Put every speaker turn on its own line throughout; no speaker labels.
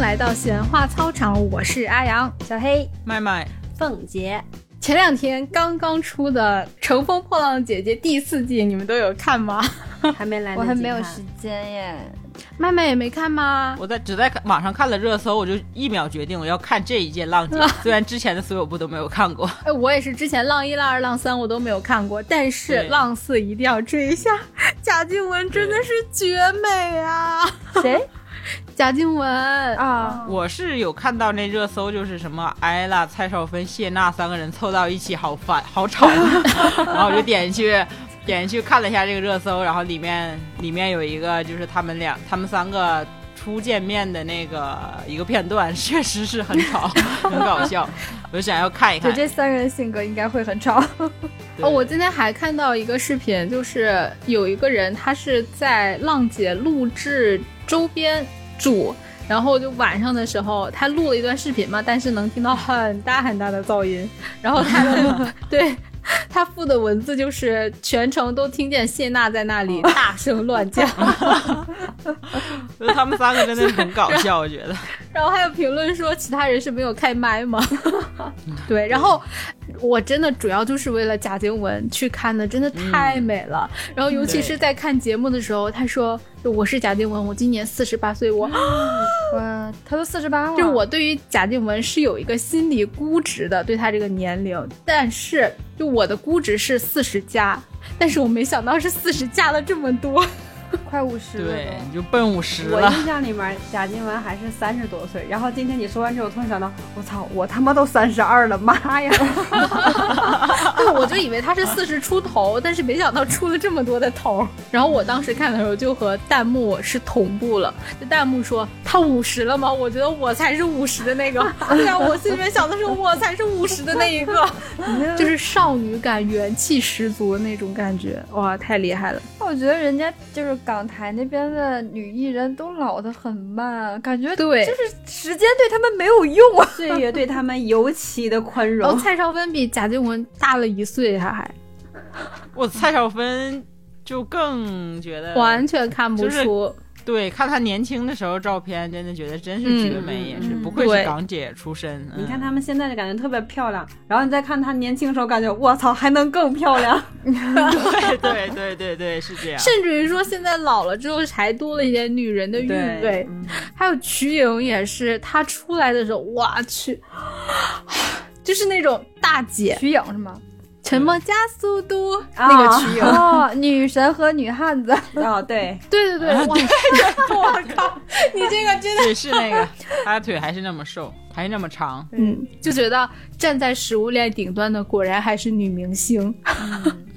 来到闲话操场，我是阿阳。
小黑、
麦麦，
凤姐，
前两天刚刚出的《乘风破浪的姐姐》第四季，你们都有看吗？
还没来得 及
我
看，
还没有时间耶。
麦麦也没看吗？
我在只在看网上看了热搜，我就一秒决定我要看这一届浪 姐，虽然之前的所有部都没有看过。
哎，我也是，之前浪一、浪二、浪三我都没有看过，但是
对
浪四一定要追一下。 贾静雯真的是绝美啊！
谁
贾静雯，
啊？
我是有看到那热搜，就是什么艾拉、蔡少芬、谢娜三个人凑到一起，好烦，好吵。啊 然后我就点去点去看了一下这个热搜，然后里面里面有一个就是他们俩他们三个初见面的那个一个片段， 确实是很吵，很搞 笑。我就想要看一
就
看。
这三个人性格应该会很吵。
对
哦，我今天还看到一个视频，就是有一个人他是在浪姐录制周边住，然后就晚上的时候他录了一段视频嘛，但是能听到很大很大的噪音，然后他的对。他附的文字就是全程都听见谢娜在那里大声乱叫，
就是他们三个 真的是啊很搞笑，我觉得。
然后还有评论说其他人是没有开麦吗？对，然后我真的主要就是为了贾静雯去看的，真的太美了。然后尤其是在看节目的时候，她说就我是贾静雯，我今年四十八岁，我
哇，他都四十八了，
就是我对于贾静雯是有一个心理估值的，对她这个年龄，但是就我的估值是四十加，但是我没想到是四十加了这么多。
快五十了
对，
都。
你就奔五十
我
了。
印象里面贾静雯还是三十多岁，然后今天你说完之后，我突然想到，我操，我他妈都三十二了，妈呀！
对，我就以为他是四十出头，但是没想到出了这么多的头。然后我当时看的时候就和弹幕是同步了，就弹幕说他五十了吗？我觉得我才是五十的那个。对啊，我心里面想的是我才是五十的那一个， 就是少女感、元气十足的那种感觉，哇，太厉害了！
我觉得人家就是港台那边的女艺人都老得很慢，感觉
对
就是时间对他们没有用 啊。
岁月对他们尤其的宽
然后
容。
蔡少芬比贾静雯大了一岁，她还
我蔡少芬就更觉得，
完全看不
呃就是
出。
对，看她年轻的时候照片，真的觉得真是绝美，
嗯
也是
嗯
不愧
对
是港姐出身。嗯
你 看
她，
他们现在的感觉特别漂亮，然后你再看她年轻时候，感觉我操还能更漂亮。
对对对对对，是这样。
甚至于说，现在老了之后还多了一点女人的韵味，还有瞿颖也是，她出来的时候，哇去， 就是那种大姐，
瞿颖是吗？
沉默加速度，
啊
那个瞿颖，
哦，女神和女汉子，
哦，对，
对对啊对， 哇，我靠，你这个真的，
对，是那个，她的腿还是那么瘦， 还是那么长。
嗯，就觉得站在食物链顶端的果然还是女明星，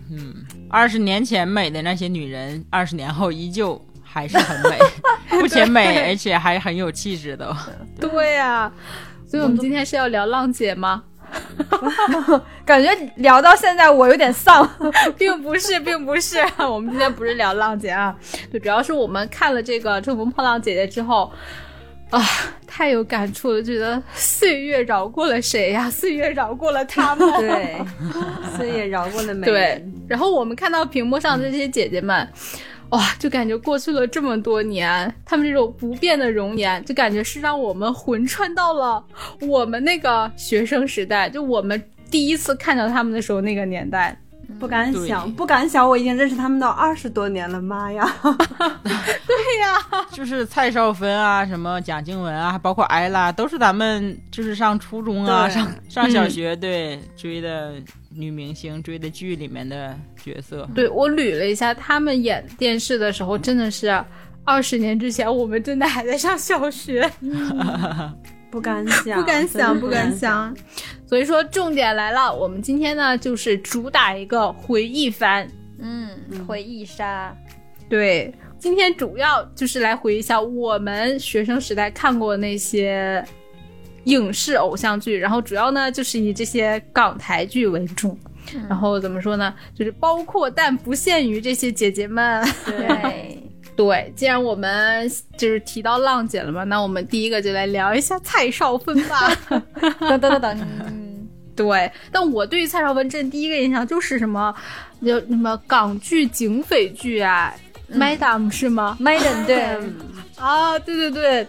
嗯，二十年前美的那些女人，二十年后依旧还是很美， 不仅 美，而且还很有气质的。
对啊呀、所以我们今天是要聊浪姐吗？
感觉聊到现在我有点丧。
并不是， 并不是，我们今天不是聊浪姐啊，对，主要是我们看了这个《乘风破浪姐姐》之后，啊，太有感触了，觉得岁月饶过了谁呀、 岁月饶过了他 们。
对，岁月饶过了美
对
人。，
然后我们看到屏幕上的这些姐姐们，哇，就感觉过去了这么多年，她们这种不变的容颜，就感觉是让我们魂穿到了我们那个学生时代，就我们第一次看到她们的时候那个年代。
不敢
对
想，不敢想，我已经认识他们到二十多年了，妈呀！
就是蔡少芬啊，什么贾静雯啊，包括艾拉，都是咱们就是上初中啊，
对
上上小学、对追的女明星、追的剧里面的角色。
对我捋了一下，他们演电视的时候真的是二十年之前，我们真的还在上小学，
不敢想，
不敢
真
想，
的
啊不
不
敢
敢。
想。所以说，重点来了，我们今天呢就是主打一个回忆番。
嗯，回忆杀。
对，今天主要就是来回忆一下我们学生时代看过那些影视偶像剧，然后主要呢就是以这些港台剧为主。然后怎么说呢？就是包括但不限于这些姐姐们。
对，
对，既然我们就是提到浪姐了嘛，那我们第一个就来聊一下蔡少芬吧。
等等等等，嗯
对，但我对于蔡少芬这第一个印象就是什么，有什么港剧警匪剧啊、m a d a m 是吗？
，Madam 对，
啊，对对对，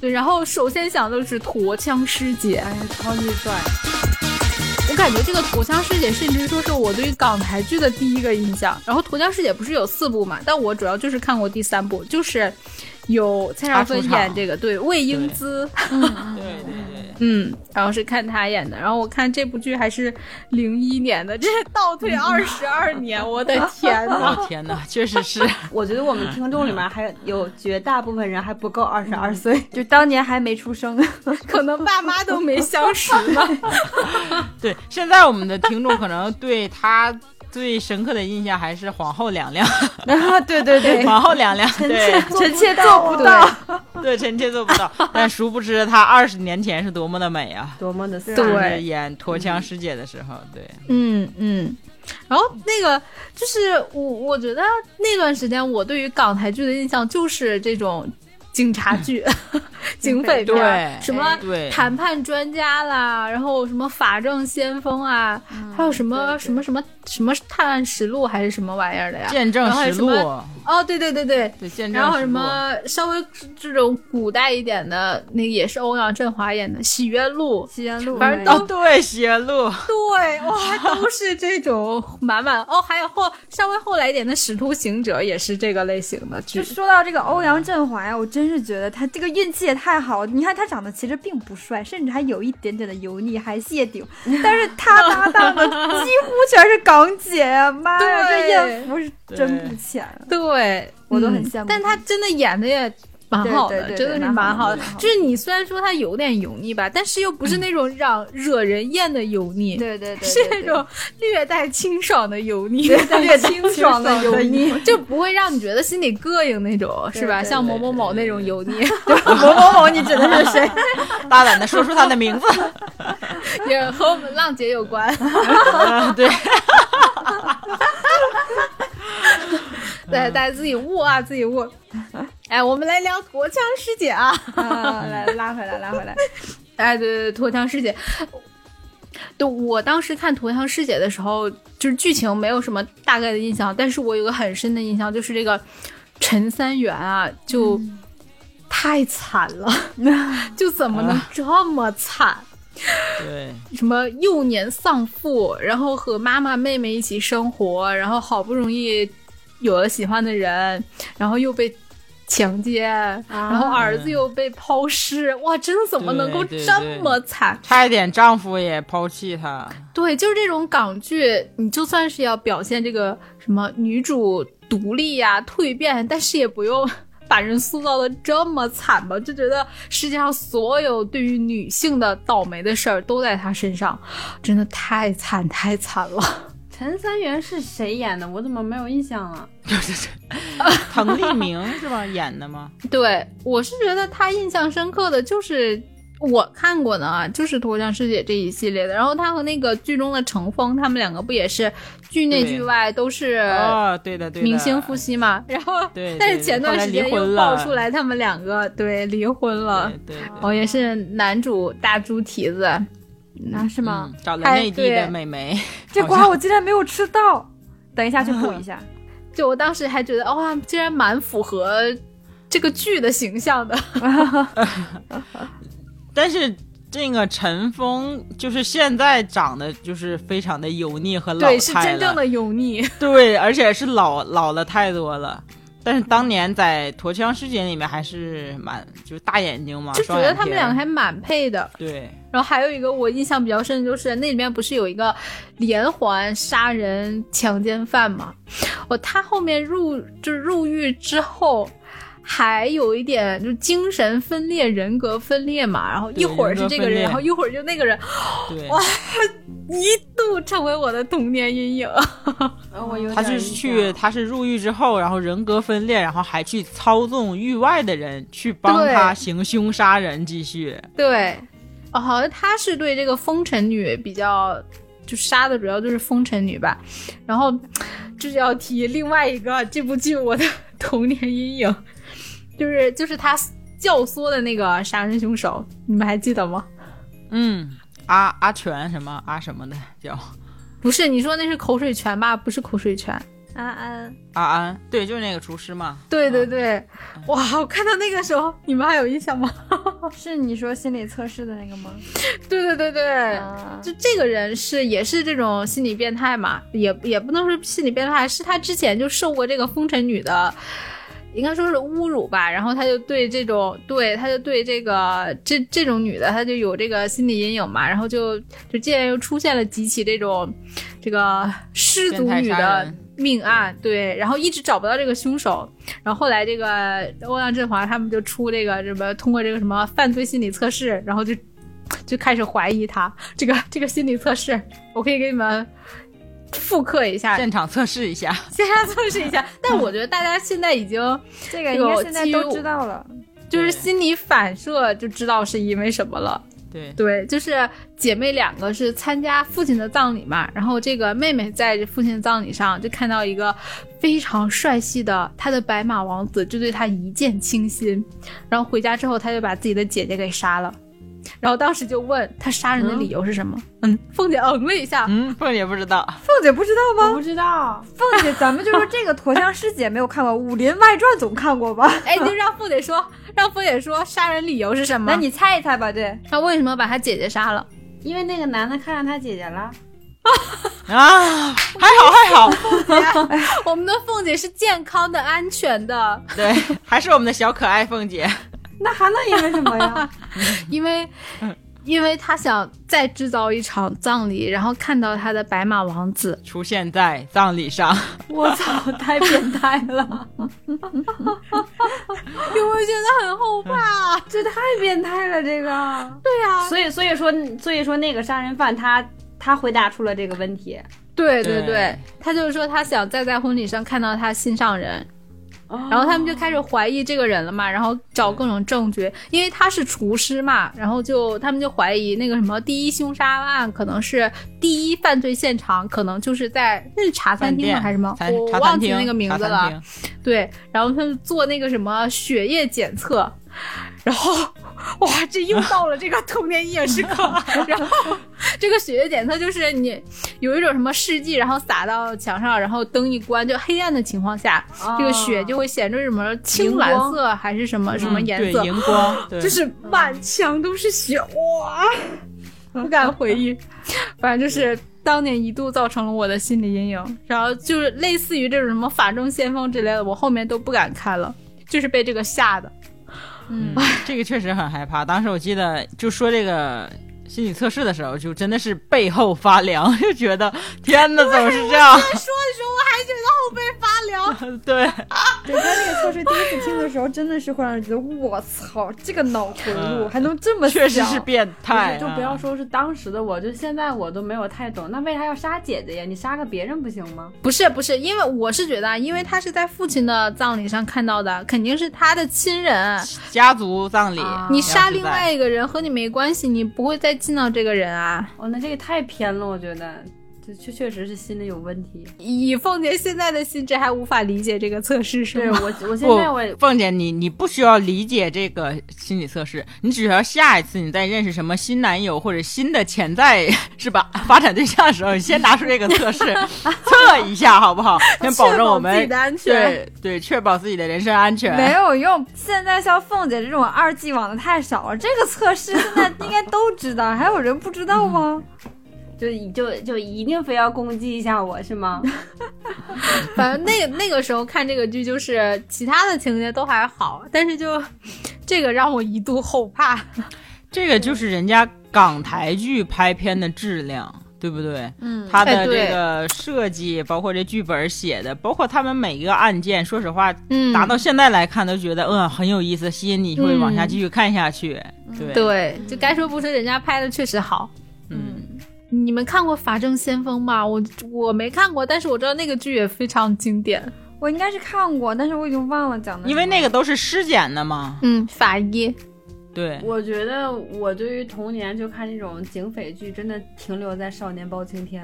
对，然后首先想的就是驼枪师姐，
哎呀，
哦
超级帅！
我感觉这个《驼枪师姐》甚至说是我对于港台剧的第一个印象。然后《驼枪师姐》不是有四部嘛？但我主要就是看过第三部，就是有蔡少芬
她出场
演这个，对，魏英姿，
对对对，
嗯，然后是看她演的。然后我看这部剧还是零一年的，这倒退二十二年，我的天
我
呐！
的哦天哪，确实是。
我觉得我们听众里面还有绝大部分人还不够二十二岁，
嗯
就当年还没出生，
可能爸妈都没相识 呢。
对，现在我们的听众可能对他最深刻的印象还是皇后凉凉，
对对 对，
皇后凉凉， 对
臣妾做不到，
对，臣妾做不到。但殊不知她二十年前是多么的美啊！
多么的帅！
对
就是演驼枪师姐的时候，对，
嗯嗯，然后那个就是我，我觉得那段时间我对于港台剧的印象就是这种警察剧、 警匪片儿，
对
什么
对
谈判专家啦，然后什么法证先锋啊，还有什么
嗯对对
什么什么什么探案实录还是什么玩意儿的呀？
见证
然后还有
实
什么
录，
哦，对对对对。
对，见证
然后
实
什
录
么稍微这种古代一点的，那个也是欧阳震华演的《洗冤录》，
西安路，
反正
哦
都，
对，邪路，
对，哇，都是这种满满哦，还有后稍微后来一点的《使徒行者》也是这个类型的剧
就，说到这个欧阳震华呀，我真是觉得他这个运气也太好。你看他长得其实并不帅，甚至还有一点点的油腻，还谢 顶，但是他搭档的几乎全是港姐呀、妈呀，
对
这艳福是真不浅。啊
对
我都
嗯
很羡慕
但他真的演的也。蛮好的，
对对对
真的是蛮
蛮
好
好
的
的蛮好的嗯
就是你虽然说他有点油腻吧，但是又不是那种让惹人厌的油腻，
对对 对，
是
对
那种略带清爽的油腻，
略清爽的油腻。
就不会让你觉得心里膈应那种，是吧？
对对
像某某某那种油腻，
啊某某某，你指的是谁？
大胆的说出他 的名字，
也和我们浪姐有 关。嗯
啊对，
对，大家自己悟啊，自己 悟。哎，我们来聊国枪师姐啊。
啊，来
嗯
拉回来，拉 回来。
哎，对对对，驼枪师姐。对，我当时看《驼枪师姐》的时候，就是剧情没有什么大概的印象，但是我有个很深的印象，就是这个陈三元啊，就太惨了， 就怎么能这么惨？
对，
什么幼年丧父，然后和妈妈、妹妹一起生活，然后好不容易有了喜欢的人，然后又被强奸，
啊
然后儿子又被抛尸，哇，真的怎么能够
对对
这么惨？
差一点丈夫也抛弃她，
对，就是这种港剧，你就算是要表现这个什么女主独立呀、蜕变，但是也不用 把人塑造的这么惨吧？就觉得世界上所有对于女性的倒霉的事儿都在她身上，真的太惨太惨了。
陈三元是谁演的？我怎么没有印象啊？
就是滕丽明是吧？演 的吗？
对我是觉得她印象深刻的就是。我看过的啊，就是《脱缰师姐》这一系列的，然后她和那个剧中的程峰，他们两个不也是剧内
对
剧外都是
哦，对的对的，
呃明星夫妻 嘛，然后
对对
但是前段时间
后来
又
离婚
爆
了
出来他们两个对离婚了
对，对对，
哦，也是男主大猪蹄子，
啊，是吗？
嗯，找了
哎
内地
对
的美眉，
这
好
瓜
像
我竟然没有吃到，等一下去补一下。
就我当时还觉得哇，竟然蛮符合这个剧的形象的，
但是这个陈峰就是现在长得就是非常的油腻和老态啊
对，
了，
是真正的油腻，
对，而且是老老了太多了。但是当年在《驼枪师姐》里面还是蛮就是大眼睛嘛，
就觉
双
得
眼
他们
皮
两个
儿
还蛮配的。
对
然后还有一个我印象比较深的就是那里面不是有一个连环杀人强奸犯嘛？哦，他后面入就是入狱之后。还有一点就是精神分裂、人格分裂嘛，然后一会儿是这个
人格分
人，
裂
然后一会儿就那个人，
对，
一度成为我的童年阴影。
啊，我有点
他是去
啊
他是入狱之后，然后人格分裂，然后还去操纵狱外的人去帮
对
他行凶杀人，继续
对，哦，好像他是对这个风尘女比较，就杀的主要就是风尘女吧。然后这就要提另外一个这部剧我的童年阴影，就是就是他教唆的那个杀人凶手，你们还记得吗？
嗯。阿阿全什么阿什么的叫
不是，你说那是口水拳吧？不是口水拳，
安安，
阿安，对，就是那个厨师嘛。
对对对，哇！我看到那个时候，你们还有印象吗？
哦是你说心理测试的那个吗？
对对对对，
啊
就这个人是也是这种心理变态嘛，也也不能说心理变态，是他之前就受过这个风尘女的，应该说是侮辱吧，然后他就对这种对他就对这个这这种女的，他就有这个心理阴影嘛，然后就就竟然又出现了几起这种这个失足
变态
女
杀
的
人
命案，对，然后一直找不到这个凶手，然后后来这个欧阳震华他们就出这个什么，通过这个什么犯罪心理测试，然后就就开始怀疑他这个 这个心理测试，我可以给你们复刻一下，
现场测试一下，
线上测试一 下。但我觉得大家现在已经
这个
这
应
个
该
我
现在
基于
都
我
知道了。
就是
对
心理反射就知道是因为什么了。
对，
对，就是姐妹两个是参加父亲的葬礼嘛，然后这个妹妹在父亲的葬礼上就看到一个非常帅气的她的白马王子，就对她一见倾心，然后回家之后，她就把自己的姐姐给杀了。然后当时就问她杀人的理由是什么？嗯，凤姐嗯了一下，
嗯，凤姐不知道，
凤姐不知道吗？
不知道，
凤姐，咱们就说这个《驼香师姐》没有看过，《武林外传》总看过吧？
哎，就让凤姐说，让凤姐说杀人理由是什么？
那你猜一猜吧，这
她为什么把她姐姐杀了？
因为那个男的看上他姐姐了。
啊，还好还好，
我们的凤姐是健康的、安全的，
对，还是我们的小可爱凤姐，
那还能因为什么 呀？
因为，因为他想再制造一场葬礼，然后看到他的白马王子。
出现在葬礼上，
我操，太变态了！有没有觉得很后怕？
这太变态了，这个。
对呀、
啊
所以，所以说，所以说那个杀人犯他他回答出了这个问题。
对对
对
对，他就是说他想再在婚礼上看到他心上人，
哦
然后他们就开始怀疑这个人了嘛，然后找各种证据，因为他是厨师嘛，然后就他们就怀疑那个什么第一凶杀案可能是第一犯罪现场，可能就是在那是茶 餐
饭
厅吗
店
还是什么，
餐
我我
茶餐
忘记
厅
那个名字
茶餐
了
厅。
对，然后他们做那个什么血液检测，然后哇，这又到了这个童年阴影时刻。然后这个血液检测就是你有一种什么试剂，然后撒到墙上，然后灯一关，就黑暗的情况下，这个血就会显出什么青蓝色还是什么什么
嗯
颜色
对，荧 光，对，
就是满墙都是血，哇，不敢回忆。反正就是当年一度造成了我的心理阴影，然后就是类似于这种什么《法证先锋》之类的，我后面都不敢看了，就是被这个吓的。
嗯，这个确实很害怕。当时我记得就说这个心理测试的时候，就真的是背后发凉，就觉得天哪，怎么是这 样？
说的时候我还觉得后背发凉。
对，
对他这个测试第一次听的时候，真的是会让人觉得我操，这个脑回路
嗯
还能这么
确实
想
是变
不
态、
是，
啊。
就不要说是当时的我，就现在我都没有太懂。那为啥要杀姐姐呀？你杀个别人不行吗？
不是不是，因为我是觉得啊，因为他是在父亲的葬礼上看到的，肯定是他的亲人。
啊家族葬礼，
啊
你
要
杀
是
另
在
外一个人和你没关系，你不会再见到这个人啊。
哦，那这个太偏了，我觉得，这确确实是心里有问题。
以凤姐现在的心智还无法理解这个测试是
对
吗？
我，我现
不
在我也，
凤姐，你你不需要理解这个心理测试，你只需要下一次你再认识什么新男友或者新的潜在是吧发展对象的时候，你先拿出这个测试测一下，好不好？先保证我
确保自己
们
的安全
对对，确保自己的人身安全。
没有用。现在像凤姐这种二 G 网的太少了，这个测试现在应该都知道，还有人不知道
嗯
吗？
就就就一定非要攻击一下我是吗？
反正 那那个时候看这个剧，就是其他的情节都还好，但是就这个让我一度后怕。
这个就是人家港台剧拍片的质量，对不对？
嗯
它
哎
的
对
这个设计，包括这剧本写的，包括他们每一个案件，说实话，
嗯
拿到现在来看都觉得，嗯，很有意思，吸引你会往下
嗯
继续看下去。对，
对，就该说不说，人家拍的确实好。
嗯，
你们看过《法证先锋》吗？我我没看过，但是我知道那个剧也非常经典。
我应该是看过，但是我已经忘了讲的什么了。
因为那个都是尸检的嘛。
嗯，法医。
对，
我觉得我对于童年就看这种警匪剧，真的停留在《少年包青天》，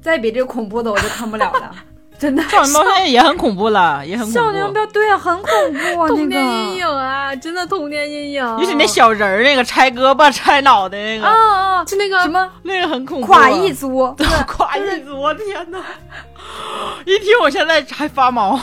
再比这恐怖的我就看不了了，真的。
少年包青天也很恐怖了，也很恐
少年
怖。
标对啊，很恐怖啊，
童
那
年阴
个。
影啊，真的童年阴影。
尤其那小人儿，那个拆胳膊、拆脑袋那个，
啊啊！
就那个
什么
那个很恐怖。啊哎
垮一，族，
垮一族，我天哪！一听我现在还发毛。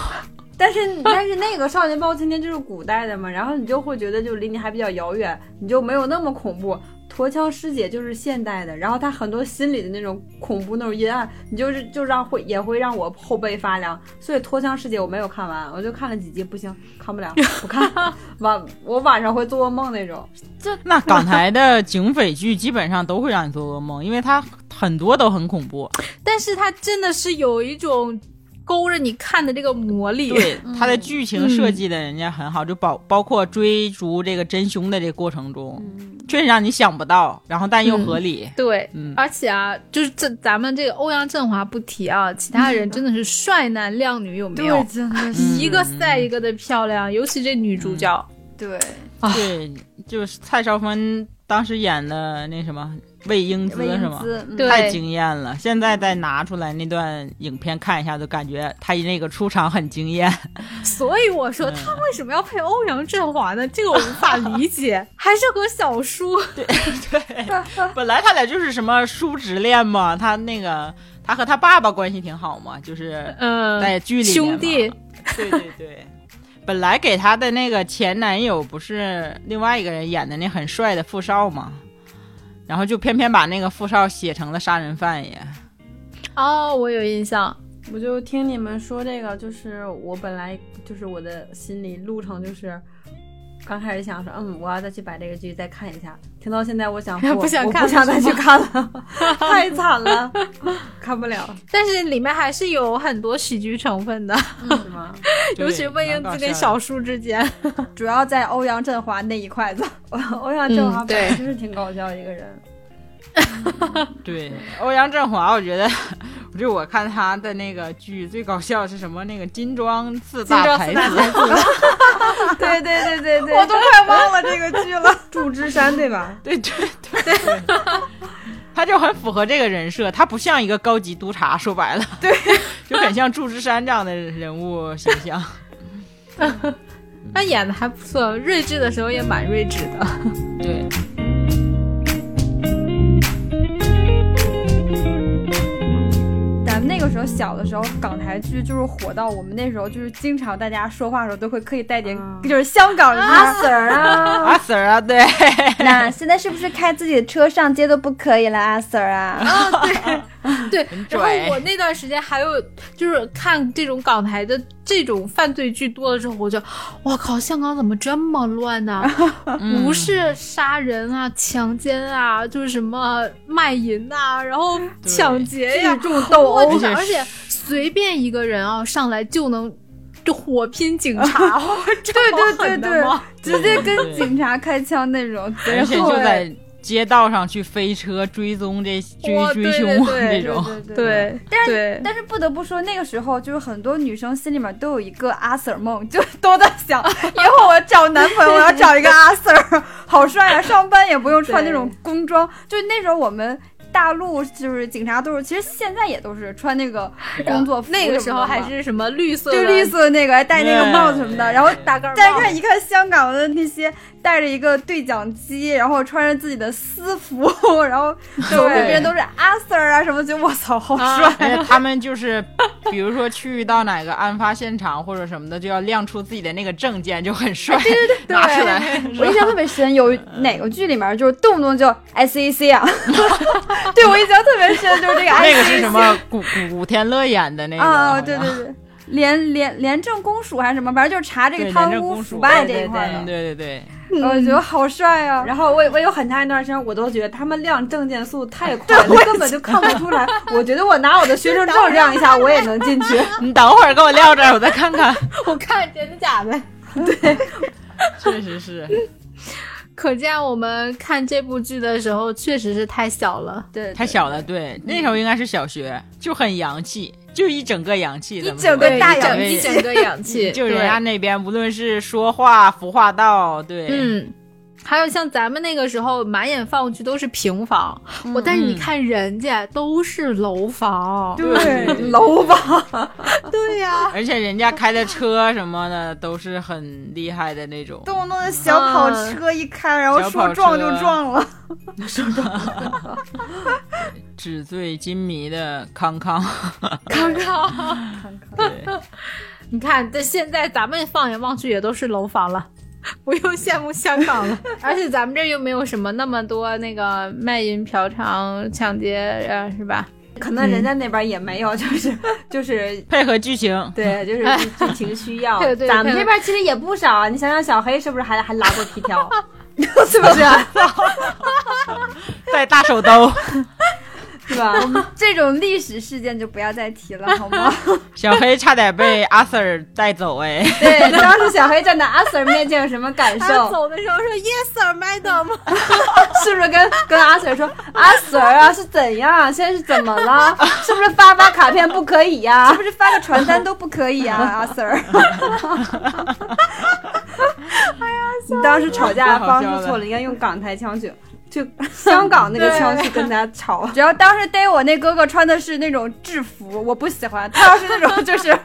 但是 但是那个少年包青天就是古代的嘛，然后你就会觉得就离你还比较遥远，你就没有那么恐怖。驼枪师姐就是现代的，然后她很多心里的那种恐怖、那种阴暗，你就是就让会也会让我后背发凉。所以驼枪师姐我没有看完，我就看了几集，不行，看不了，不看晚我晚上会做噩梦那种。
那港台的警匪剧基本上都会让你做噩梦，因为它很多都很恐怖。
但是它真的是有一种勾着你看的这个魔力。
对，它的剧情设计的人家很好，就包包括追逐这个真凶的这个过程中，
嗯
确实让你想不到，然后但又合理。
对
嗯
而且啊，就是这咱们这个欧阳震华不提啊，其他人真的是帅男靓女有没有？
真的是
嗯
一个赛一个的漂亮，尤其这女主角，
对，
啊
对，就是蔡少芬当时演的那什么魏英姿
魏
是
英
吗？
姿，嗯
对
太惊艳了！现在再拿出来那段影片看一下，就感觉他那个出场很惊 艳。
所以我说她为什么要配欧阳震华呢？这个我无法理解， 还是和小叔。
本来他俩就是什么叔侄恋嘛，他那个他和他爸爸关系挺好嘛，就是
嗯，
在剧里面嘛
兄弟，
对对对，本来给她的那个前男友不是另外一个人演的那很帅的富少吗？然后就偏偏把那个富少写成了杀人犯也，
哦，我有印象。
我就听你们说这个，就是我本来就是我的心理路程就是。刚开始想说，嗯，我要再去把这个剧再看一下。听到现在，我想
不想
我
看
不想
了
再
是
去看了， 太惨 了，看不了，
但是里面还是有很多喜剧成分的，
是吗？
尤其
对
是魏英姿跟。
蛮搞笑
小
的
叔之间。
主要在欧阳震华那一块子。
欧阳震华
嗯
本
对
来就是挺搞笑一 个人，
对，欧阳震华，我觉得， 我就我看他的那个剧最搞笑是什么？那个金装四大才
金装四
子，
对对对对对，
我都快忘了这个剧了。
祝枝山对吧？
对对对对， 他就很符合这个人设，他不像一个高级督察，说白了，对， 就很像祝枝山这样的人物形 象。
嗯
他演的还不错，睿智的时候也蛮睿智的。
对，
咱们那个时候小的时候，港台剧就是火到我们那时候就是经常大家说话的时候都会可以带点
啊
就是香港人啊。
Sir 啊，
阿 Sir 啊，对，
那现在是不是开自己的车上街都不可以了，阿 Sir 啊？
对，
拽
然后我那段时间还有就是看这种港台的这种犯罪剧多了之后，我就，我靠，香港怎么这么乱 呢、
嗯
不是杀人啊、强奸啊，就是什么卖淫呐、然后
对
抢劫呀、
聚众斗
我
殴
就，想
而
而
且
且随便一个人啊上来就能就火拼警 察，
对
对
对对对，直接跟
对
警察开枪那种，
而且
贼
就
会
在街道上去飞车追踪这追
哦
哇
追
对
凶这
对
种，
对
对，但是
但是不得不说，那个时候就是很多女生心里面都有一个阿 Sir 梦，就都在 想，以后我找男朋友，我要找一个阿 Sir，好帅啊！上班也不用穿那种工装，就那时候我们。大陆就是警察都是，其实现在也都是穿那个工作哦服什么
那
的嘛，
个时候还是什么绿色
就
的
绿色那个，戴那个帽子什么的，
对
然后
大盖儿
但
帽
是一看香港的那些戴着一个对讲机，然后穿着自己的私服， 然后周围人都是阿 Sir 啊什么，就我操，好帅！
啊
而且他们就是，比如说去到哪个案发现场或者什么的，就要亮出自己的那个证件，就很帅，拿出来。
我印象特别深，有哪个剧里面就是动不动就 S E C 啊？ 对我印象特别深，就是这 个
那
S
个
E
是
C
什么？古古古天乐演的那个
啊，
好像
对对对。廉廉廉政公署还是什么，反正就是查这个
对
贪
廉政
污
公署
腐败
对
这一
对
块儿
嗯
的，
对对对，
我觉得好帅啊！
然后我我有很长一段时间，我都觉得他们亮证件速度太 快了，根本就看不出来。我觉得我拿我的学生证亮一下，我也能进去。
你等会儿给我撂这儿，我再看 看。
我看真的假的。
确实是，
可见我们看这部剧的时候确实是太小了。
对，
太小了，对，那时候应该是小学，就很洋气，就一整个洋气，
一
怎么
整
说
个大
整
洋
个
一
气，
整个 氧气，
就人
对
家那边无论是说话、服化道，对，
嗯。还有像咱们那个时候满眼放去都是平房，
嗯
我但是你看人家都是楼房，
对
楼吧，
对呀、
而且人家开的车什么的都是很厉害的那种，
动不动的小跑车一开，然后
小跑
说撞就撞了，
纸醉金迷的康康。
康康。
看看
对，
你看，这现在咱们放眼望去也都是楼房了，不用羡慕香港了。 而且咱们这儿又没有什么那么多那个卖淫、嫖娼、抢劫，呃，是吧？
可能人家
嗯
那边也没有，就是 就是
配合剧情，
对，就是剧情需 要。
对对
咱们
对
这边其实也不少啊，你想想小黑是不是还还拉过皮条？ 是 不是？
带大手兜。
是吧？
这种历史事件就不要再提了，好吗？
小黑差点被阿 Sir 带走哎，
对，当时小黑站在阿 Sir 面前有什么感
他
受？
走的时候说 Yes sir, madam。
是不是跟跟阿 Sir 说，阿 Sir 啊是怎样？现在是怎么了？是不是发发卡片不可以啊呀、
是不是发个传单都不可以 啊，阿 Sir？
你当时吵架的方式错了，应该用港台腔去，就香港那个腔去跟大家吵。
主要当时逮我那哥哥穿的是那种制服，我不喜欢。他要是那种就是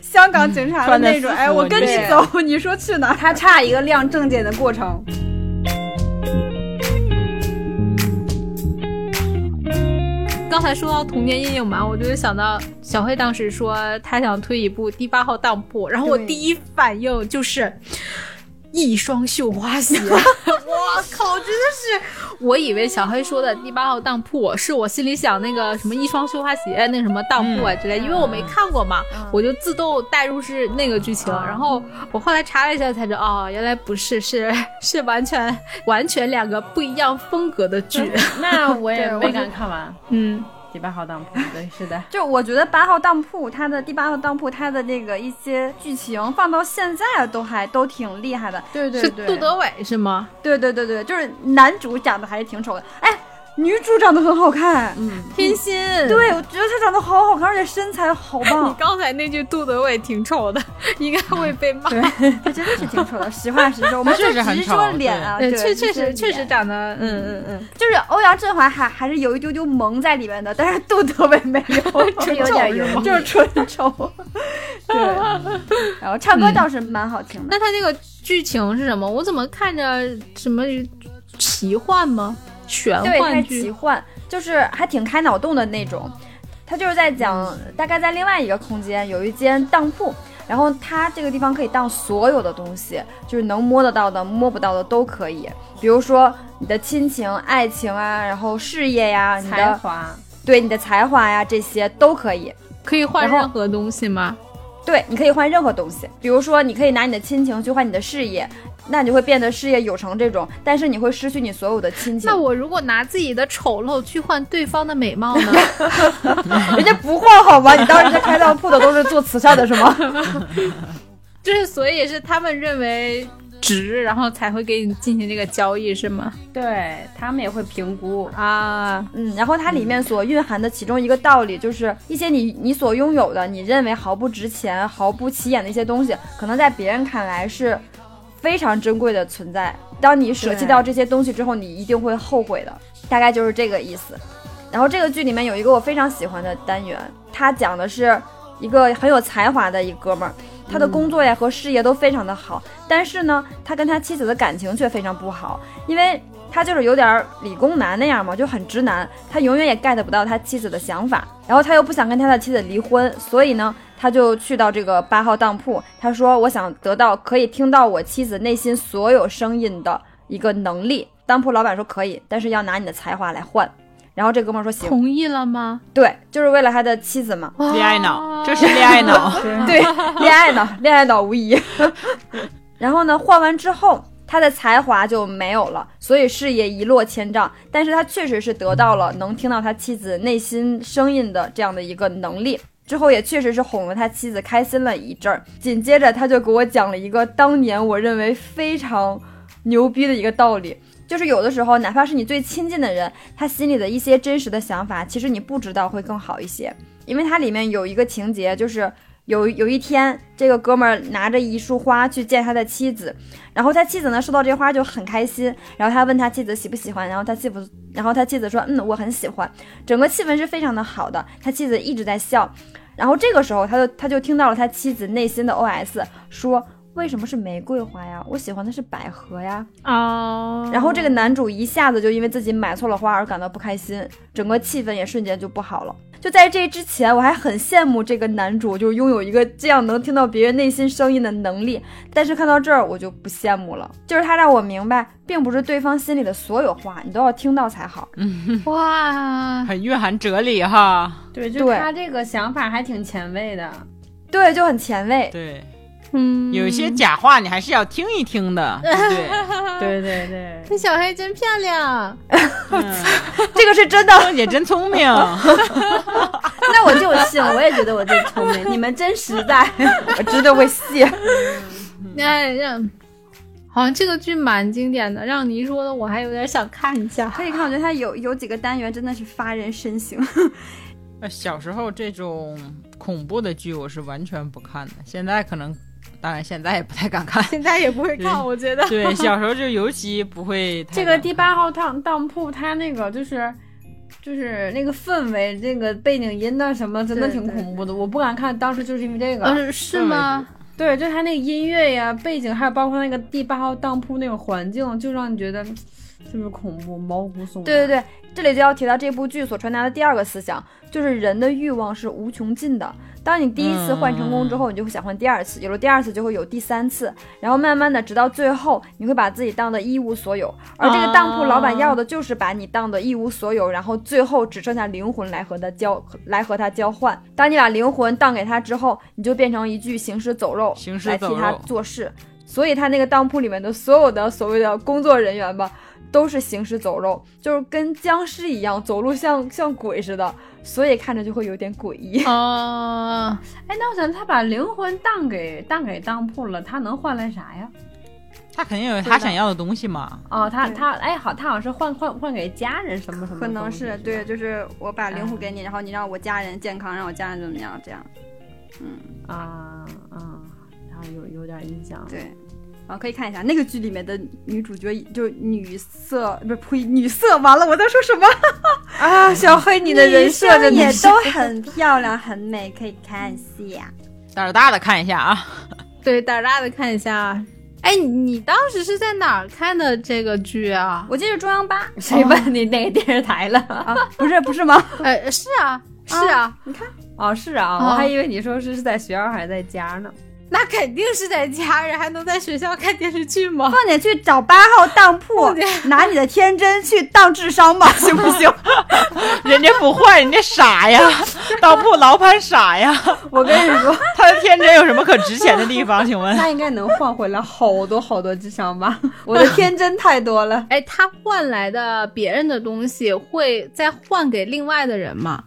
香港警察的
穿的
那种，
私服
哎，我跟你
对
走， 你说去哪儿？
他差一个亮证件的过程。
刚才说到童年阴影嘛，我就想到小黑当时说他想推一部第八号当铺，然后我
对
第一反应就是一双绣花鞋，我靠，真的是！我以为小黑说的第八号当铺是我心里想那个什么一双绣花鞋，那什么当铺啊之类，因为我没看过嘛，我就自动带入是那个剧情。然后我后来查了一下才知道，哦，原来不是，是是完全完全两个不一样风格的剧。
那我
也没敢
看完
嗯，
第八号当铺，对，是的，
就我觉得八号当铺，它的第八号当铺，它的那个一些剧情放到现在都还都挺厉害的。
对
是杜德伟是吗？
对对对对，就是男主长得还是挺丑的，哎，女主长得很好看。
嗯，
天心，
对，我觉得她长得好好看，而且身材好
你
棒，
刚才那句杜德伟挺丑的， 应该会被骂。
她真的是挺丑的。实话实说，我们
确
就
实很
只是
丑
说脸啊，
对，
对，
呃确确
只是
实确
脸
实长得，嗯嗯嗯，
就是欧阳震华还还是有一丢丢萌在里面的，但是杜德伟没有，
纯有点油腻
就是纯丑。 对，然后唱歌倒是蛮好听的，
那他这个剧情是什么？我怎么看着什么奇幻吗？玄
对，它
幻
是
剧
奇？幻，就是还挺开脑洞的那种。他就是在讲，大概在另外一个空间有一间当铺，然后它这个地方可以当所有的东西，就是能摸得到的、摸不到的都可以，比如说你的亲情、爱情啊，然后事业呀、你
才
的
华，
对你的才华呀、这些都可以。
可以换
然后
任何东西吗？
对，你可以换任何东西，比如说你可以拿你的亲情去换你的事业，那你会变得事业有成这种，但是你会失去你所有的亲情
那。我如果拿自己的丑陋去换对方的美貌 呢？
人家不换好吗？你当人家开当铺的都是做慈善的是吗？
就是所以是他们认为值，然后才会给你进行这个交易是吗？
对他们也会评估。
啊，
嗯，然后它里面所蕴含的其中一个道理，就是一些你你所拥有的，你认为毫不值钱、毫不起眼的一些东西，可能在别人看来是非常珍贵的存在。当你舍弃
对
掉这些东西之后，你一定会后悔的，大概就是这个意思。然后这个剧里面有一个我非常喜欢的单元，它讲的是一个很有才华的一哥们儿，他的工作呀和事业都非常的好，但是呢，他跟他妻子的感情却非常不好，因为他就是有点儿理工男那样嘛，就很直男，他永远也 get 不到他妻子的想法，然后他又不想跟他的妻子离婚，所以呢，他就去到这个八号当铺，他说我想得到可以听到我妻子内心所有声音的一个能力。当铺老板说可以，但是要拿你的才华来换。然后这哥们儿说行，
同意了吗？
对，就是为了他的妻子嘛，
恋爱脑，这是恋爱脑。
对，恋爱脑，恋爱脑无疑。 然后呢，换完之后，他的才华就没有了，所以事业一落千丈。但是他确实是得到了能听到他妻子内心声音的这样的一个能力。之后也确实是哄了他妻子开心了一阵儿。紧接着他就给我讲了一个当年我认为非常牛逼的一个道理，就是有的时候哪怕是你最亲近的人，他心里的一些真实的想法，其实你不知道会更好一些。因为它里面有一个情节，就是有有一天，这个哥们儿拿着一束花去见他的妻子，然后他妻子呢收到这花就很开心，然后他问他妻子喜不喜欢，然后他妻不，然后他妻子说，嗯，我很喜欢，整个气氛是非常的好的，他妻子一直在笑，然后这个时候他就他就听到了他妻子内心的 OS 说。为什么是玫瑰花呀？我喜欢的是百合呀。
哦
然后这个男主一下子就因为自己买错了花而感到不开心，整个气氛也瞬间就不好了。就在这之前，我还很羡慕这个男主，就拥有一个这样能听到别人内心声音的能力。但是看到这儿，我就不羡慕了。就是他让我明白，并不是对方心里的所有话你都要听到才 好。
嗯哇，
很蕴含哲理哈。
对，就
对
他这个想法还挺前卫的。
对，就很前卫。
对，
嗯，
有 一些假话你还是要听一听的，对不对？
对对对，
你 小黑真漂亮，
嗯
这个是真 的。
凤嗯姐真聪明，
那我就信，我也觉得我自己聪明，你们真实 在。
我真的会谢。
哎让。好像这个剧蛮经典的，让你一说的我还有点想看一下。
可以看，我觉得它有有几个单元真的是发人深省。
呃小时候这种恐怖的剧我是完全不看的，现在可能，当然现在也不太敢看。
现在也不会看，
嗯
我觉得。
对，小时候就尤其不会太
这个
敢
第八号当当铺，它那个就是。就是那个氛围，这个背景音呐什么，真的
对
挺
对
恐怖的。我不敢看，当时就是因为这个。
呃，是吗？
对，就它那个音乐呀、背景，还有包括那个第八号当铺那个环境，就让你觉得嗯就是恐怖、毛骨悚然。
对对对，这里就要提到这部剧所传达的第二个思想，就是人的欲望是无穷尽的。当你第一次换成功之后，你就会想换第二次，有了第二次就会有第三次，然后慢慢的，直到最后，你会把自己当得一无所有。而这个当铺老板要的就是把你当得一无所有，然后最后只剩下灵魂来和他交来和他交换。当你把灵魂当给他之后，你就变成一具行尸走肉，
行尸
来替
走
他
肉，
做事。所以他那个当铺里面的所有的所谓的工作人员吧，都是行尸走肉，就是跟僵尸一样，走路像像鬼似的，所以看着就会有点诡异。
嗯哦，
哎，那我想他把灵魂当给当给当铺了，他能换来啥呀？
他肯定有
知
他
道
想要的东西嘛。
哦，他
对
他哎好，他好像是换换换给家人什么什么东西，
可能
嗯
是
吧
对，就是我把灵魂给你，然后你让我家人健康，让我家人怎么样，这样
啊啊，然后有有点印象。
对。啊，可以看一下那个剧里面的女主角，就是女色，不是呸，女色。完了，我在说什么啊？小黑， 你的人设真也都很漂亮，很美，可以看一下。
胆儿大的看一下啊，
对，胆儿大的看一下啊。哎，你你当时是在哪儿看的这个剧啊？
我记得中央八，
谁问你哪个电视台了？
啊，不是不是吗？
呃，是啊，是啊，
哦，是啊，
啊
我还以为你说是是在学校还是在家呢。
那肯定是在家人，还能在学校看电视剧吗？
放你去找八号当铺，拿你的天真去当智商吧，行不行？
人家不坏，人家傻呀，当铺老板傻呀，
啊
我跟你说，
他的天真有什么可值钱的地方？请问？
他应该能换回来好多好多智商吧？ 我的天真太多了。
哎，他换来的别人的东西会再换给另外的人吗？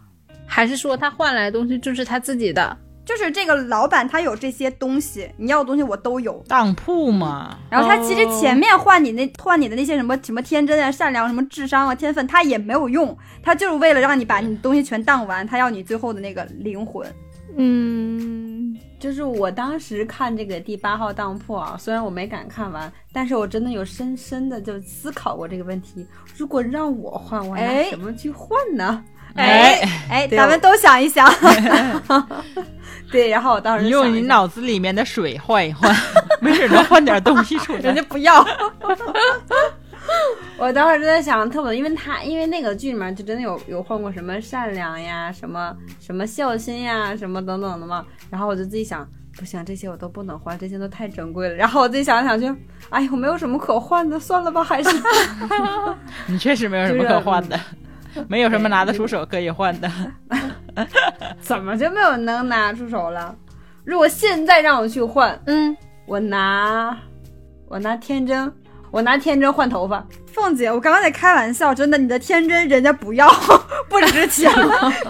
还是说他换来的东西就是他自己的？
就是这个老板他有这些东西，你要的东西我都有。
当铺嘛，哦
然后他其实前面换你那换你的那些什么什么天真啊、善良、什么智商啊、天分，他也没有用，他就是为了让你把你的东西全当完，他要你最后的那个灵魂。
嗯，
就是我当时看这个第八号当铺啊，虽然我没敢看完，但是我真的有深深的就思考过这个问题：如果让我换，我拿
哎
什么去换 呢？
哎，
哎，
对
咱们都想一想，
对，然后我当时
你
就想
用
了
你
一下
脑子里面的水换一 换，没准能换点东西出来
人。家不要。
我当时就在想，特别，因为他因为那个剧里面就真的有有换过什么善良呀，什么什么孝心呀，什么等等的嘛。然后我就自己想，不行，这些我都不能换，这些都太珍贵了。然后我自己想来想去，哎，我没有什么可换的，算了吧，还 是
你确实没有什么可换的，没有什么拿得出手可以换的。
怎么就没有能拿出手了？如果现在让我去换，
嗯，
我拿我拿天真，我拿天真换头发，
凤姐，我刚刚在开玩笑，真的，你的天真人家不要， 不值钱，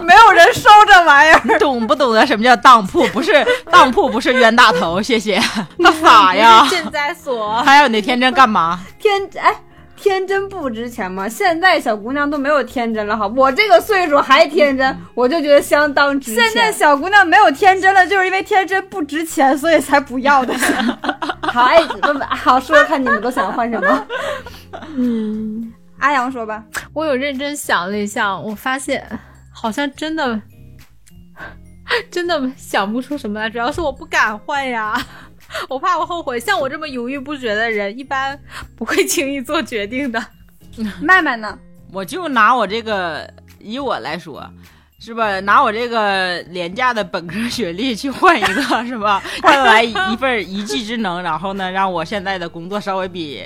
没有人收这玩意儿。
你 懂不懂得什么叫当铺？不 是当铺，不是冤大头，谢 谢。他傻呀，
赈灾 所。
他要你的天真干嘛？
天哎。天真不值钱吗？现在小姑娘都没有天真了哈，我这个岁数还天真，我就觉得相当值钱。
现在小姑娘没有 天真了，就是因为天真不值钱，所以才不要的。
好，哎，不不好，说说看你们都想换什 么？
嗯，
阿阳说吧，
我有认真想了一下，我发现好像真的 真的想不出什么来，主要是我不敢换呀。 我怕我后悔。像我这么犹豫不决的人，一般不会轻易做决定的。
麦麦呢？
我就拿我这个，以我来说，是吧？拿我这个廉价的本科学历去换一个， 是吧？换来一份一技之能，然后呢，让我现在的工作稍微比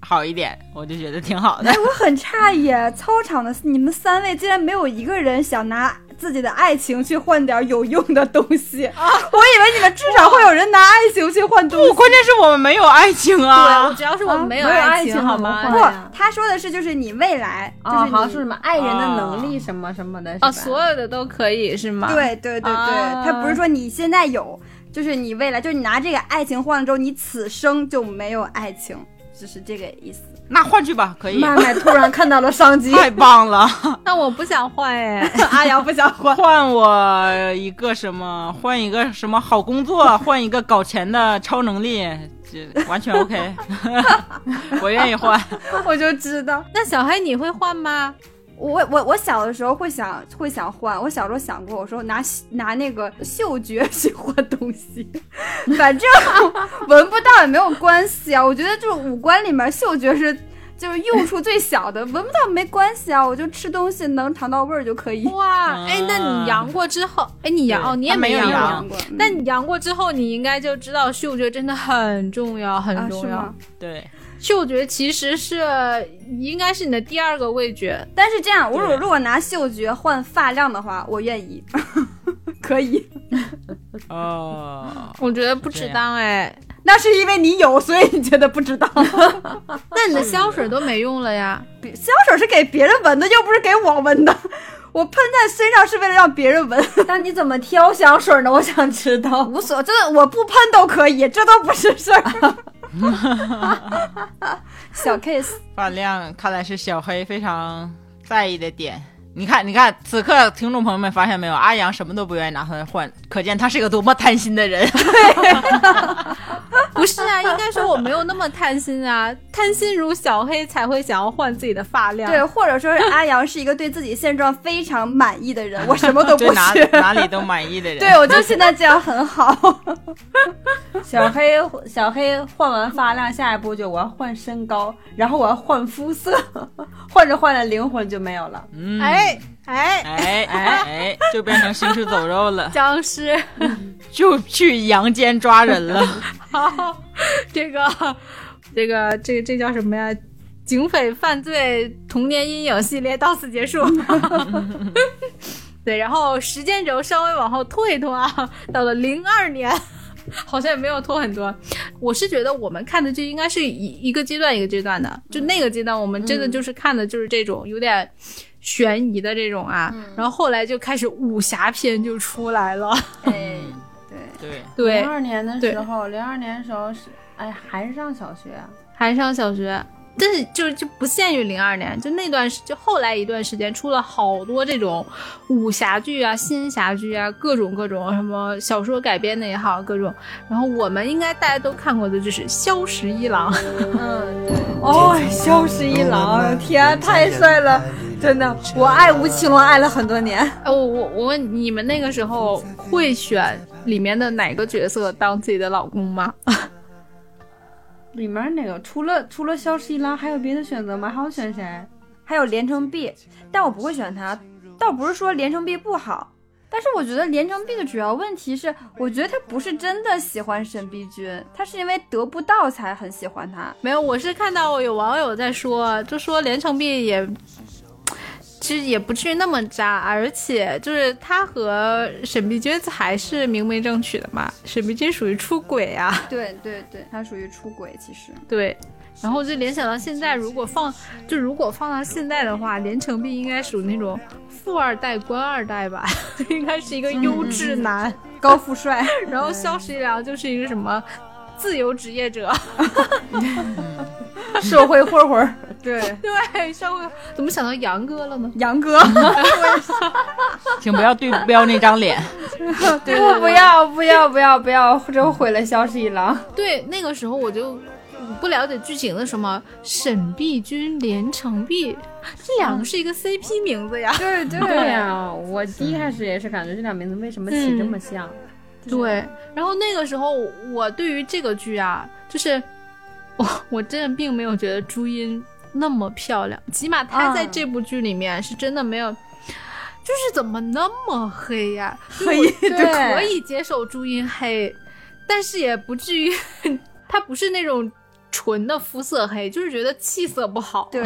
好一点，我就觉得挺好的
哎，。我很诧异，啊操场的你们三位竟然没有一个人想拿自己的爱情去换点有用的东西。
啊
我以为你们至少会有人拿爱情去换东西
不，。关键是我们没有爱情
对，
啊
我！只要是我
啊
没有
没有
爱
爱
情，
情
好
怎么
吗哦
换？
不
哎呀，
他说的是就是你未来，就
啊，
是你
好像是什么爱人的能力
啊
什么什么的
哦，
是吧
所有的都可以是吗？，
对对对对，
啊
他不是说你现在有，就是你未来，就是你拿这个爱情换了之后，你此生就没有爱情，就是这个意 思。
那换去吧，可以，
麦麦突然看到了 商机，
太棒了！
那我不想换哎。
阿阳不想换，
换我一个什么？换一个什么好工 作？换一个搞钱的超能力？这完全 OK，我愿意换。
我就知道。
那小黑你会换吗？
我我我小的时候会想会想换，我小时候想过，我说拿拿那个嗅觉 去换东西，反正闻不到也没有关系啊。我觉得就是五官里面嗅觉是就是用处最小的，闻不到没关系啊，我就吃东西能尝到味儿就可以。
哇，哎，那你阳过之后，哎，你阳
啊对
哦，你
他
也
没有
阳
阳
过。
过，
那你阳过之后，你应该就知道嗅觉真的很重要，很
啊是
重要。
吗？
对，
嗅觉其实是应该是你的第二个味觉，
但是这样，我
对
如果拿嗅觉换发量的话，我愿意， 可以。
哦，
我觉得不值当哎。
那是因为你有，所以你觉得不值当。
那你的香水都没用了呀。
别香水是给别人闻的，又不是给我闻的。 我喷在身上是为了让别人 闻，
那你怎么挑香水呢？我想知道。
无所，这我不喷都可以，这都不是事儿。 小 case，
发量看来是小黑非常在意的点。你看，你看，此刻听众朋友们发现没有，阿阳什么都不愿意拿出来换，可见他是个多么贪心的人。
不是啊，应该说我没有那么贪心啊，贪心如小黑才会想要换自己的发量。
对，或者说是阿阳是一个对自己现状非常满意的人，我什么 都
对
不
哪
缺。
哪里都满意的人。
对，我就现在这样很好。
小黑，小黑换完发量，下一步就我要换身高，然后我要换肤色，换着换着灵魂就没有了。
嗯，
哎哎，
哎哎哎， 就变成行尸走肉了，
僵尸，
就去阳间抓人了。
好， 这个这个这个这叫什么呀？警匪犯罪童年阴影系列到此结束。 对，然后时间轴稍微往后拖一拖啊，到了零二年，好像也没有拖很多。我是觉得我们看的剧应该是一一个阶段一个阶段的，就那个阶段我们真的
嗯
就是看的就是这种有点悬疑的这种啊，
嗯
然后后来就开始武侠片就出来了，
哎，对，
对，
对
零，二年的
对
时候，零二年的时候是，哎，还是上小学啊、
还上小学，但是就就不限于零二年，就那段时，就后来一段时间出了好多这种武侠剧啊、仙侠剧啊，各种各种什么小说改编的也好，各种。然后我们应该大家都看过的就是《萧十一郎》，
嗯，对。
哦，萧十一郎，天，太帅了，真的，我爱吴奇隆爱了很多年。
哎，我我我问你们那个时候会选里面的哪个角色当自己的老公吗？
里面哪个除了除了萧十一郎，还有别的选择吗？还要选谁？
还有连城璧，但我不会选它，倒不是说连城璧不好，但是我觉得连城璧的主要问题是，我觉得他不是真的喜欢沈碧君，他是因为得不到才很喜欢他。
没有，我是看到有网友在说，就说连城璧也，其实也不至于那么渣，而且就是他和沈碧君还是明媒正娶的嘛，沈碧君属于出轨啊，
对对对，他属于出轨，其实
对。然后就联想到现在，如果放就如果放到现在的话，连城璧应该属于那种富二代、官二代吧， 应该是一个优质男。
高富帅，
然后萧十一郎就是一个什么自由职业者，
社会混混儿，对，
对，社会怎么想到杨哥了呢？
杨哥，
请不要对标那张脸。
对，不要不要不要不要，这毁了萧十一郎。
对，那个时候我就不了解剧情的什么沈碧君、连城璧，这两个是一个 CP 名字呀。
对对
对呀、我第一开始也是感觉这俩名字为什么起这么像？
对，然后那个时候我对于这个剧啊，就是我我真的并没有觉得朱茵那么漂亮，起码她在
嗯
这部剧里面是真的没有。就是怎么那么黑呀、
黑
就
对
可以接受朱茵黑，但是也不至于，她不是那种纯的肤色黑，就是觉得气色不好。
对，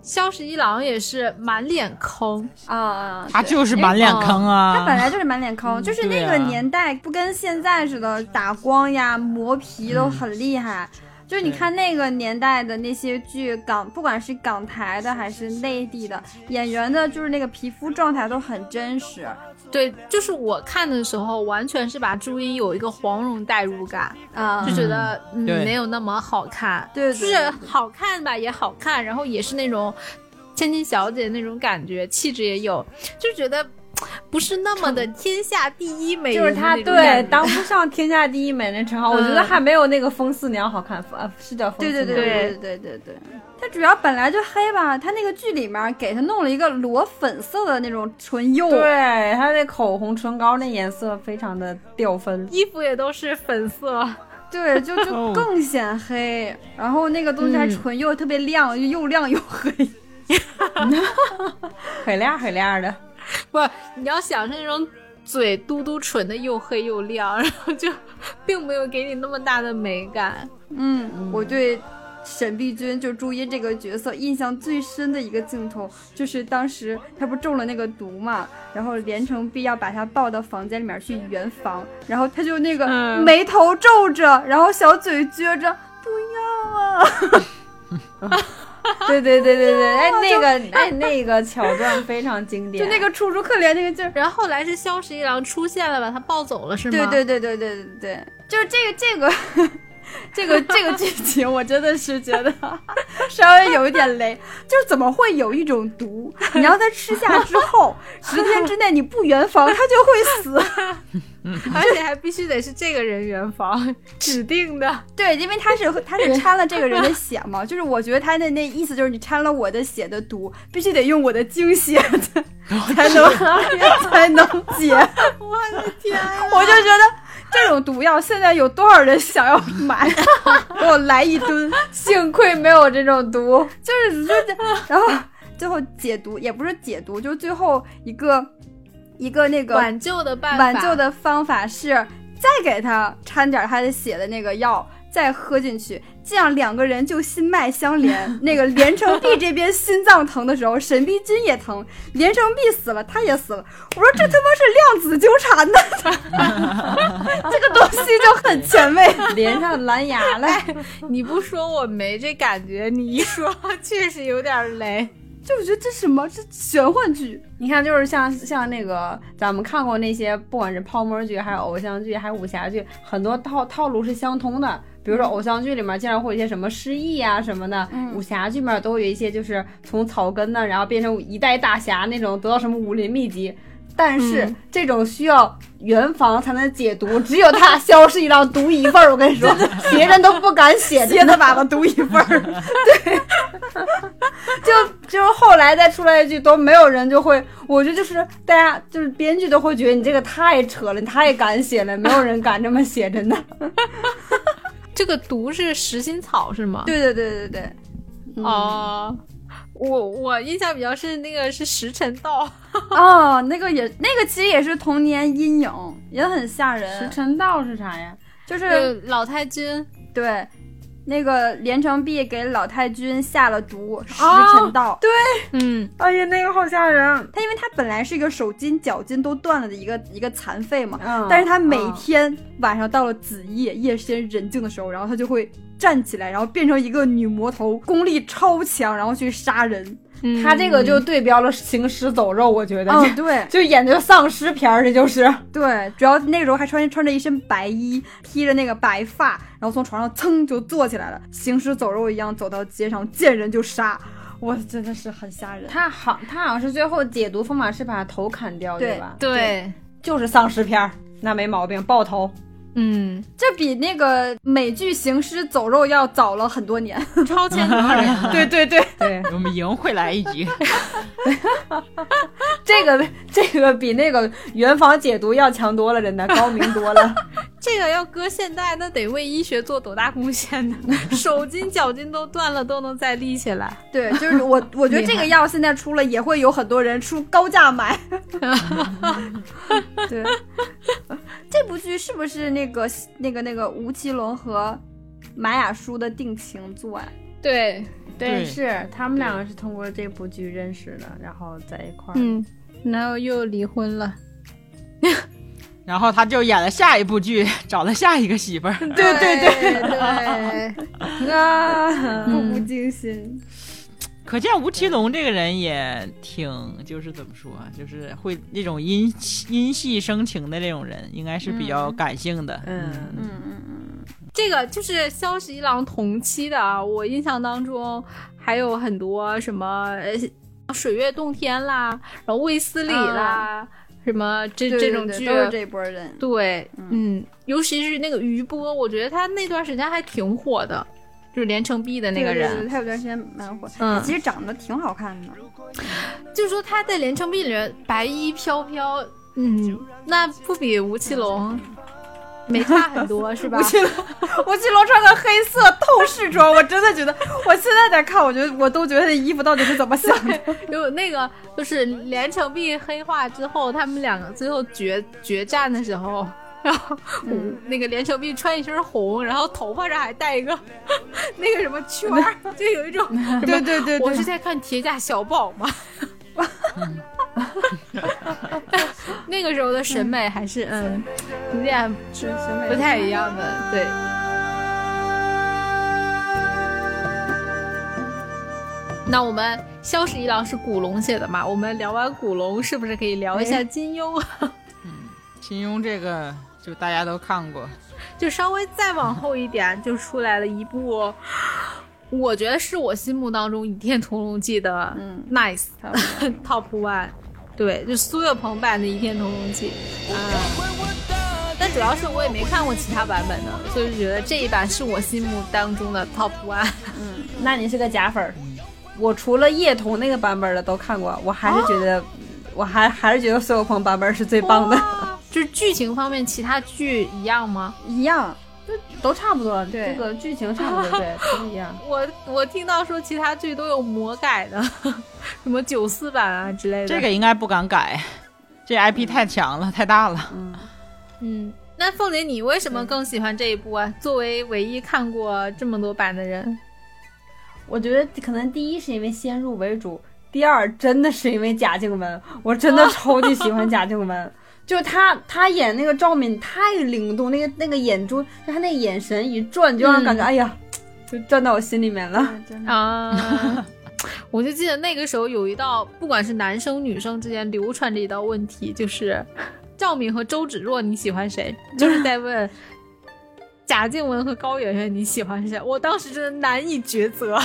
萧十一郎也是满脸坑，
啊啊，
他就是满脸坑
他本
啊，
来就是满脸坑，就是那个
对啊
年代不跟现在似的打光呀、磨皮都很厉害。就是你看那个年代的那些剧，港不管是港台的还是内地的演员的，就是那个皮肤状态都很真实。
对，就是我看的时候，完全是把朱茵有一个黄蓉代入感，
啊、
就觉得嗯
对
没有那么好看，
对对
就是好看吧也好看，然后也是那种千金小姐那种感觉，气质也有，就觉得。不是那么的天下第一美人
嗯就
的
是她
那种
对
感觉
当不上天下第一美人称号，我觉得
嗯
还没有那个风四娘好看，啊是叫风
对
四
对
娘
对对对对对，他主要本来就黑吧，他那个剧里面给他弄了一个裸粉色的那种唇釉，
对她那口红、唇膏那颜色非常的掉分。
衣服也都是粉色，
对，就就
哦
更显黑。然后那个东西还
嗯
唇釉特别亮，又亮又黑。
很亮很 亮的，
不，你要想是那种嘴嘟嘟唇的又黑又亮，然后就并没有给你那么大的美感。
嗯，我对沈碧君就朱茵这个角色印象最深的一个镜头，就是当时她不中了那个毒嘛，然后连城璧要把她抱到房间里面去圆房，然后她就那个
嗯
眉头皱着，然后小嘴撅着，不要啊！
对对对对对， 哎，那个哎那个桥段非常经典，
就那个楚楚可怜那个劲儿。
然后后来是萧十一郎出现了，把他抱走了，是吗？
对对对对对对对，就是这个这个这个这个剧情，我真的是觉得稍微有一点雷，就是怎么会有一种毒，你让它吃下之后，十天之内你不圆房，它就会死。
而且还必须得是这个人圆房指定的。
对，因为它 是它是掺了这个人的血 嘛，就是我觉得它的那意思就是你掺了我的血的毒，必须得用我的精血才能 才能解。我就觉得这种毒药现在有多少人想要买？ 给我来一吨，
幸亏没有这种毒，
就是就是，然后最后解毒也不是解毒，就是最后一个一个那个
挽救的办法，
挽救的方法是再给他掺点他的血的那个药。再喝进去，这样两个人就心脉相连。 那个连城璧这边心脏疼的时候，沈碧君也疼；连城璧死了，他也死了。我说这他妈是量子纠缠的， 这个东西就很前卫。
连上蓝牙了。
你不说我没这感觉，你一说确实有点雷。
就我觉得这什么，这玄幻剧。
你看，就是像像那个咱们看过那些，不管是泡沫剧，还有偶像剧，还有武侠剧，很多套套路是相通的。比如说偶像剧里面经常会有一些什么失忆啊什么的，
嗯
武侠剧里面都有一些就是从草根呢，然后变成一代大侠那种，得到什么武林秘籍。但是、
嗯
这种需要原房才能解毒，只有他萧是一张独一份儿。我跟你说，别人都不敢写这
蝎子粑粑独一份儿，
就就是后来再出来一句都没有人就会，我觉得就是大家就是编剧都会觉得你这个太扯了，你太敢写了，没有人敢这么写，真的。
这个毒是石心草是吗？
对对对对对，嗯
嗯
哦、我我印象比较深，那个是时辰到，
哦，那个也那个其实也是童年阴影，也很吓人，
辰嗯道是啥呀？
就是
老太君。
对。那个连城璧给老太君下了毒，时辰到。对
嗯，
哎呀，那个好吓人。
他，因为他本来是一个手筋脚筋都断了的一个一个残废嘛，
嗯
但是他每天晚上到了子夜，夜深人静的时候，然后他就会站起来，然后变成一个女魔头，功力超强，然后去杀人。
嗯
他这个就对标了行尸走肉，我觉得、
嗯，对
就演的丧尸片儿，这就是。
对，主要那个时候还穿穿着一身白衣，披着那个白发，然后从床上噌就坐起来了，行尸走肉一样走到街上，见人就杀。我真的是很吓人。
他好，他好像是最后解毒方法是把头砍掉，
对
吧？
对，
就是丧尸片儿，那没毛病，爆头。
嗯，
这比那个美剧《行尸走肉》要早了很多年。
超前能人 了。
对对对，
对，
我们赢回来一局。
这个这个比那个原房解毒要强多了，真的高明多 了。
这个要搁现代，那得为医学做多大贡献呢？手筋脚筋都断了，都能再立起来。
对，就 是我，我觉得这个药现在出了，也会有很多人出高价买。 对，这部剧是不是那个那个那个吴奇隆和玛雅舒的定情作 啊案？
对，
对
是他们两个是通过这部剧认识的，然后在一块儿。
嗯，然后又离婚了。
然后他就演了下一部剧，找了下一个媳妇儿。
对对对 对，啊，步
嗯
步惊心。
可见吴奇隆这个人也挺，就是怎么说啊，就是会那种因因戏生情的这种人，应该是比较感性的。
嗯
嗯嗯嗯，
这个就是萧十一郎同期的啊，我印象当中还有很多什么呃水月洞天啦，然后卫斯理啦，什么这
啊对
这种
对
剧
都是这波人。
对，嗯，尤其是那个余波，我觉得他那段时间还挺火的，就是连城璧的那个
对对
人。
对他有段时间蛮火，
嗯
其实长得挺好看的。
就说他在连城璧里面白衣飘飘，嗯，那不比吴奇隆
嗯
没差很多是吧
吴？奇隆，吴奇隆穿个黑色透视装，我真的觉得，我现在在看，我觉得我都觉得他衣服到底是怎么想的。
有那个就是连城璧黑化之后，他们两个最后决决战的时候。然后、
嗯
那个连城璧穿一身红，然后头发上还戴一个那个什么圈 儿，就有一种
对对对
我
对
是，在看《铁甲小宝》吗？ 那个时候的审美还是嗯，有点不太一样的，对。那我们萧十一郎是古龙写的嘛？我们聊完古龙，是不是可以聊一
哎
下金庸？
金庸这个就大家都看过，
就稍微再往后一点，就出来了一部，我觉得是我心目当中《倚天屠龙记》的
嗯
nice、top one，对，就苏有朋版的《倚天屠龙记》啊。但主要是我也没看过其他版本的，所以就觉得这一版是我心目当中的 top one。
那你是个假粉儿。我除了叶童那个版本的都看过，我还是觉得，我还还是觉得苏有朋版本是最棒的，
就是剧情方面，其他剧一样吗？
一样。
都差不多，
对
这个剧情差不多，对，都一样。
我我听到说其他剧都有魔改的， 什么九四版啊之类的。
这个应该不敢改，这 IP 太强了，太大了。
嗯，那凤姐，你为什么更喜欢这一部啊？作为唯一看过这么多版的人，
我觉得可能第一是因为先入为主，第二真的是因为贾静雯，我真的超级喜欢贾静 雯。就她，她演那个赵敏太灵动，那个那个眼珠，就她那个眼神一转，就让人感觉、哎呀，就转到我心里面了。
嗯
真的
啊。我就记得那个时候有一道，不管是男生女生之间流传着一道问题，就是赵敏和周芷若你喜欢谁？就是在问 贾静雯和高圆圆你喜欢谁？我当时真的难以抉择。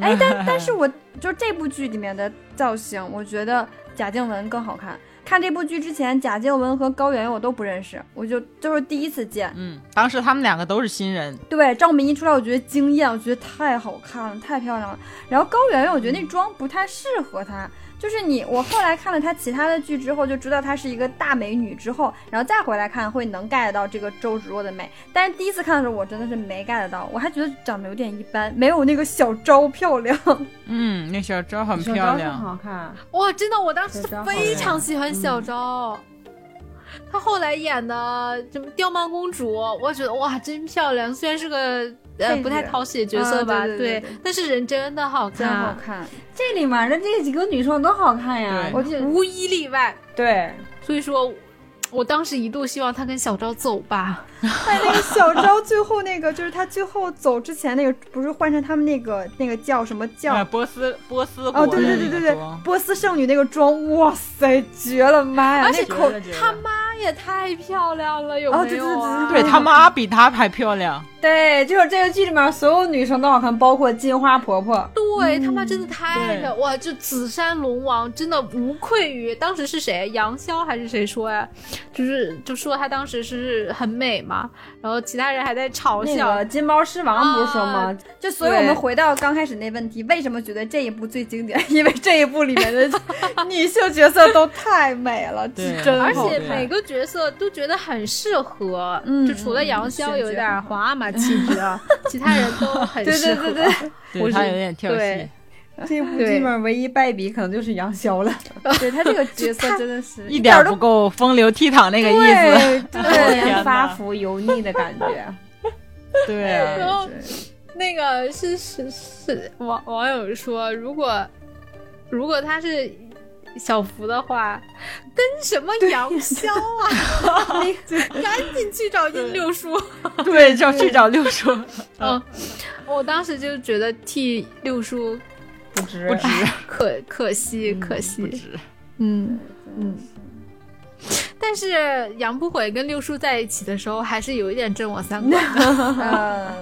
哎，但但是我就这部剧里面的造型，我觉得贾静雯更好看。看这部剧之前，贾静雯和高圆圆我都不认识，我就就是第一次见。
嗯，当时他们两个都是新人，
对，赵敏一出来，我觉得惊艳，我觉得太好看了，太漂亮了。然后高圆圆，我觉得那妆不太适合她。就是你，我后来看了她其他的剧之后，就知道她是一个大美女，之后然后再回来看会能 get 到这个周芷若的美。但是第一次看的时候，我真的是没 get 到，我还觉得长得有点一般，没有那个小昭漂亮。
嗯，那小昭很漂亮，
好看。
哇，真的，我当时
小昭好
非常喜欢小昭。她后来演的什么《刁蛮公主》，我觉得哇，真漂亮。虽然是个呃
配
不太
角
讨喜的角色
嗯
吧，
对对对对
但是人真的好
真好
看，
看，
这里面的这几个女生都好看呀
对，
我就
无一例外。
对，
所以说，我当时一度希望她跟小昭走吧。
但那个小昭最后那个，就是她最后走之前那个，不是换成他们那个那个叫什么叫
呃波斯波斯国
哦，对
的
对
那
对对
个
对
妆，
波斯剩女那个妆，哇塞，绝了！妈呀，
而
那
且
口
绝了绝了
她妈也太漂亮了，有
哦
没
对对
有啊？
对
对他妈比他还漂亮，
对，就是这个剧里面所有女生都好看，包括金花婆婆。
对他妈
嗯
真的太
对
了哇！就紫山龙王真的无愧于当时是谁，杨逍还是谁说呀？就是就说她当时是很美嘛，然后其他人还在嘲
那
笑。
个啊金毛狮王不是说吗？
就所以我
对
们回到刚开始那问题，为什么觉得这一部最经典？ 因为这一部里面的女性角色都太美了，
对
是真
而
好
且
对
每个角色都觉得很适合，
嗯
就除了杨逍
嗯
有
选角
点皇阿玛气质啊，其他人都很
对
适
对
合。
对对，
我
对
是
他有点跳戏
对，
这部
对
剧里面唯一败笔可能就是杨逍 了。
对她这个角色真的是
一
点
点
儿
不够风流倜傥那个意思。
对
天
对，
哪
发福油腻的感 觉。
对啊，
然后那个是是是网网友说，如果如果他是小福的话，跟什么杨逍啊， 赶紧去找殷六叔。
对，就去找六叔，
嗯，我当时就觉得替六叔
不值，
不值，
可可惜可
不
惜，
值。
嗯嗯。但是杨不悔跟六叔在一起的时候，还是有一点震我三观。
嗯
呃，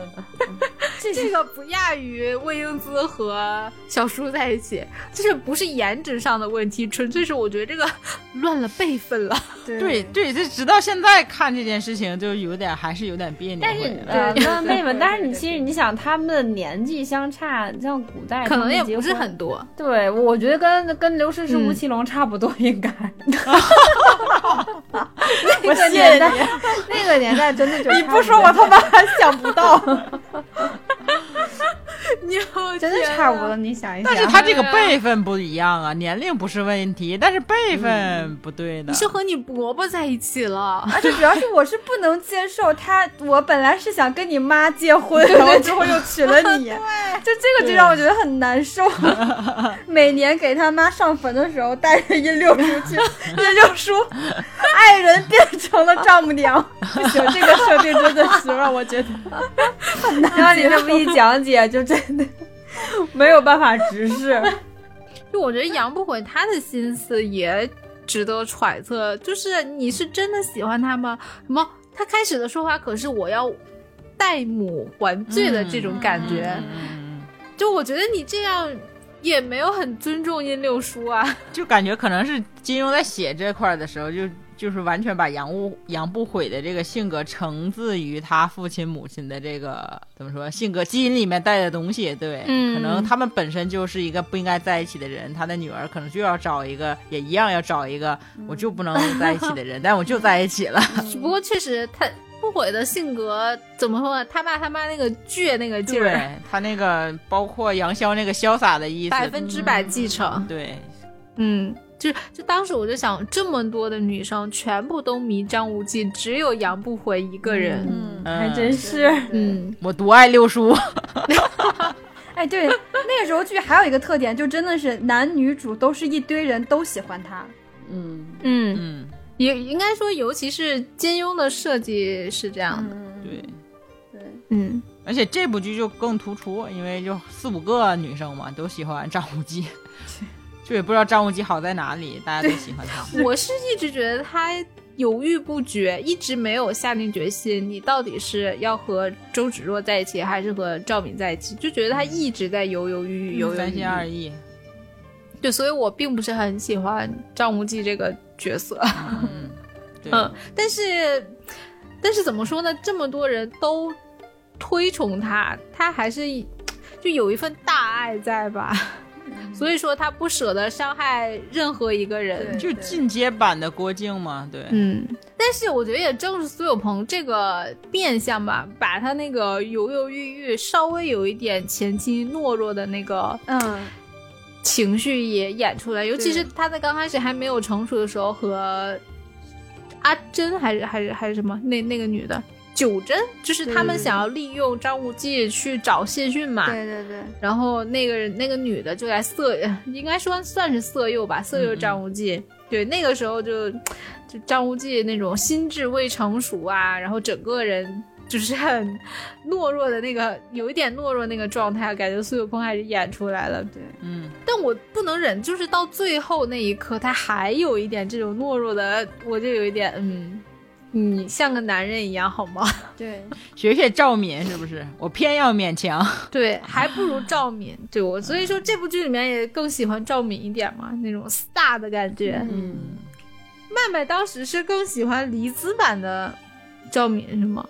这个不亚于魏英姿和小叔在一起，就是不是颜值上的问题，纯粹是我觉得这个 乱了辈分了。
对对，这直到现在看这件事情，就有点还是有点别扭。
但是
会
呃，那妹们，
对
但是
对
你
对
其实你想，他们的年纪相差，像古代
可能也
他们
不
结
是
婚
很多，
对，我觉得跟跟刘诗诗、
嗯
吴奇隆差不多，应 该。
我
谢谢
年代， 那个年代真的就你不说我他妈还想不到，
你啊
真的差不多。你想一 想，
但是他这个辈分不一样啊，年龄不是问题，但是
嗯
辈分不对的。
你是和你伯伯在一起了，
而且啊主要是我是不能接受他，我本来是想跟你妈结婚，然后之后又娶了你，就这个就让我觉得很难受。 每年给他妈上坟的时候，带着一溜叔去，一溜叔爱人变成了丈母娘， 不行，这个设定真的是让我觉得很难接受。
然后你这么一讲解，就真 的 没有办法直视。
就我觉得杨不悔他的心思也值得揣测，就是你是真的喜欢他吗？什么？他开始的说法可是我要代母还罪的这种感觉，
嗯嗯
就我觉得你这样也没有很尊重殷六叔啊。
嗯就感觉可能是金庸在写这块儿的时候，就就是完全把杨物杨不悔的这个性格承自于他父亲母亲的这个怎么说性格基因里面带的东西。对，
嗯
可能他们本身就是一个不应该在一起的人，他的女儿可能就要找一个，也一样要找一个
嗯
我就不能在一起 的人，但我就在一起了。
只不过确实他不悔的性格怎么说呢？他爸他妈那个倔那个劲儿，
对他那个包括杨逍那个潇洒的意思，
百分之百继承。
对，
嗯，就就当时我就想，这么多的女生全部都迷张无忌，只有杨不悔一个人。
嗯，
还真是
是，嗯。
嗯，
我独爱六叔，
哎，对，那个时候剧还有一个特点，就真的是男女主都是一堆人都喜欢他，
嗯，
嗯，
嗯，
也应该说，尤其是金庸的设计是这样的。
嗯
对，
对，
嗯，
而且这部剧就更突出，因为就四五个女生嘛，都喜欢张无忌，就也不知道张无忌好在哪里，大家都喜欢他。
我是一直觉得他犹豫不决，一直没有下定决心，你到底是要和周芷若在一起，还是和赵敏在一起？就觉得他一直在犹犹豫豫，犹犹
嗯三
豫
心
豫。
二意，
对，所以我并不是很喜欢张无忌这个角色。
嗯，对，
嗯，但是，但是怎么说呢？这么多人都推崇他，他还是就有一份大爱在吧？
嗯
所以说他不舍得伤害任何一个人
对。
就进阶版的郭靖嘛，对，
嗯，但是我觉得也正是苏有朋这个变相吧，把他那个犹犹豫豫、稍微有一点前期懦弱的那个
嗯，
情绪也演出来，尤其是他在刚开始还没有成熟的时候和阿珍还是还是还是什么那那个女的九珍，就是他们
对
想要利用张无忌去找谢逊嘛。
对对对，
然后那个人那个女的就来色， 应该说算是色诱吧，色诱张无忌。对，那个时候就就张无忌那种心智未成熟啊，然后整个人 就是很懦弱的那个，有一点懦弱那个状态，感觉苏有朋还是演出来了。
嗯，
但我不能忍，就是到最后那一刻，他还有一点这种懦弱的，我就有一点嗯，你像个男人一样好吗？
对，
学学赵敏是不是？我偏要勉强。
对，还不如赵敏。对我，所以说这部剧里面也更喜欢赵敏一点嘛，那种 star 的感觉。
嗯，
麦麦当时是更喜欢黎姿版的赵敏是吗？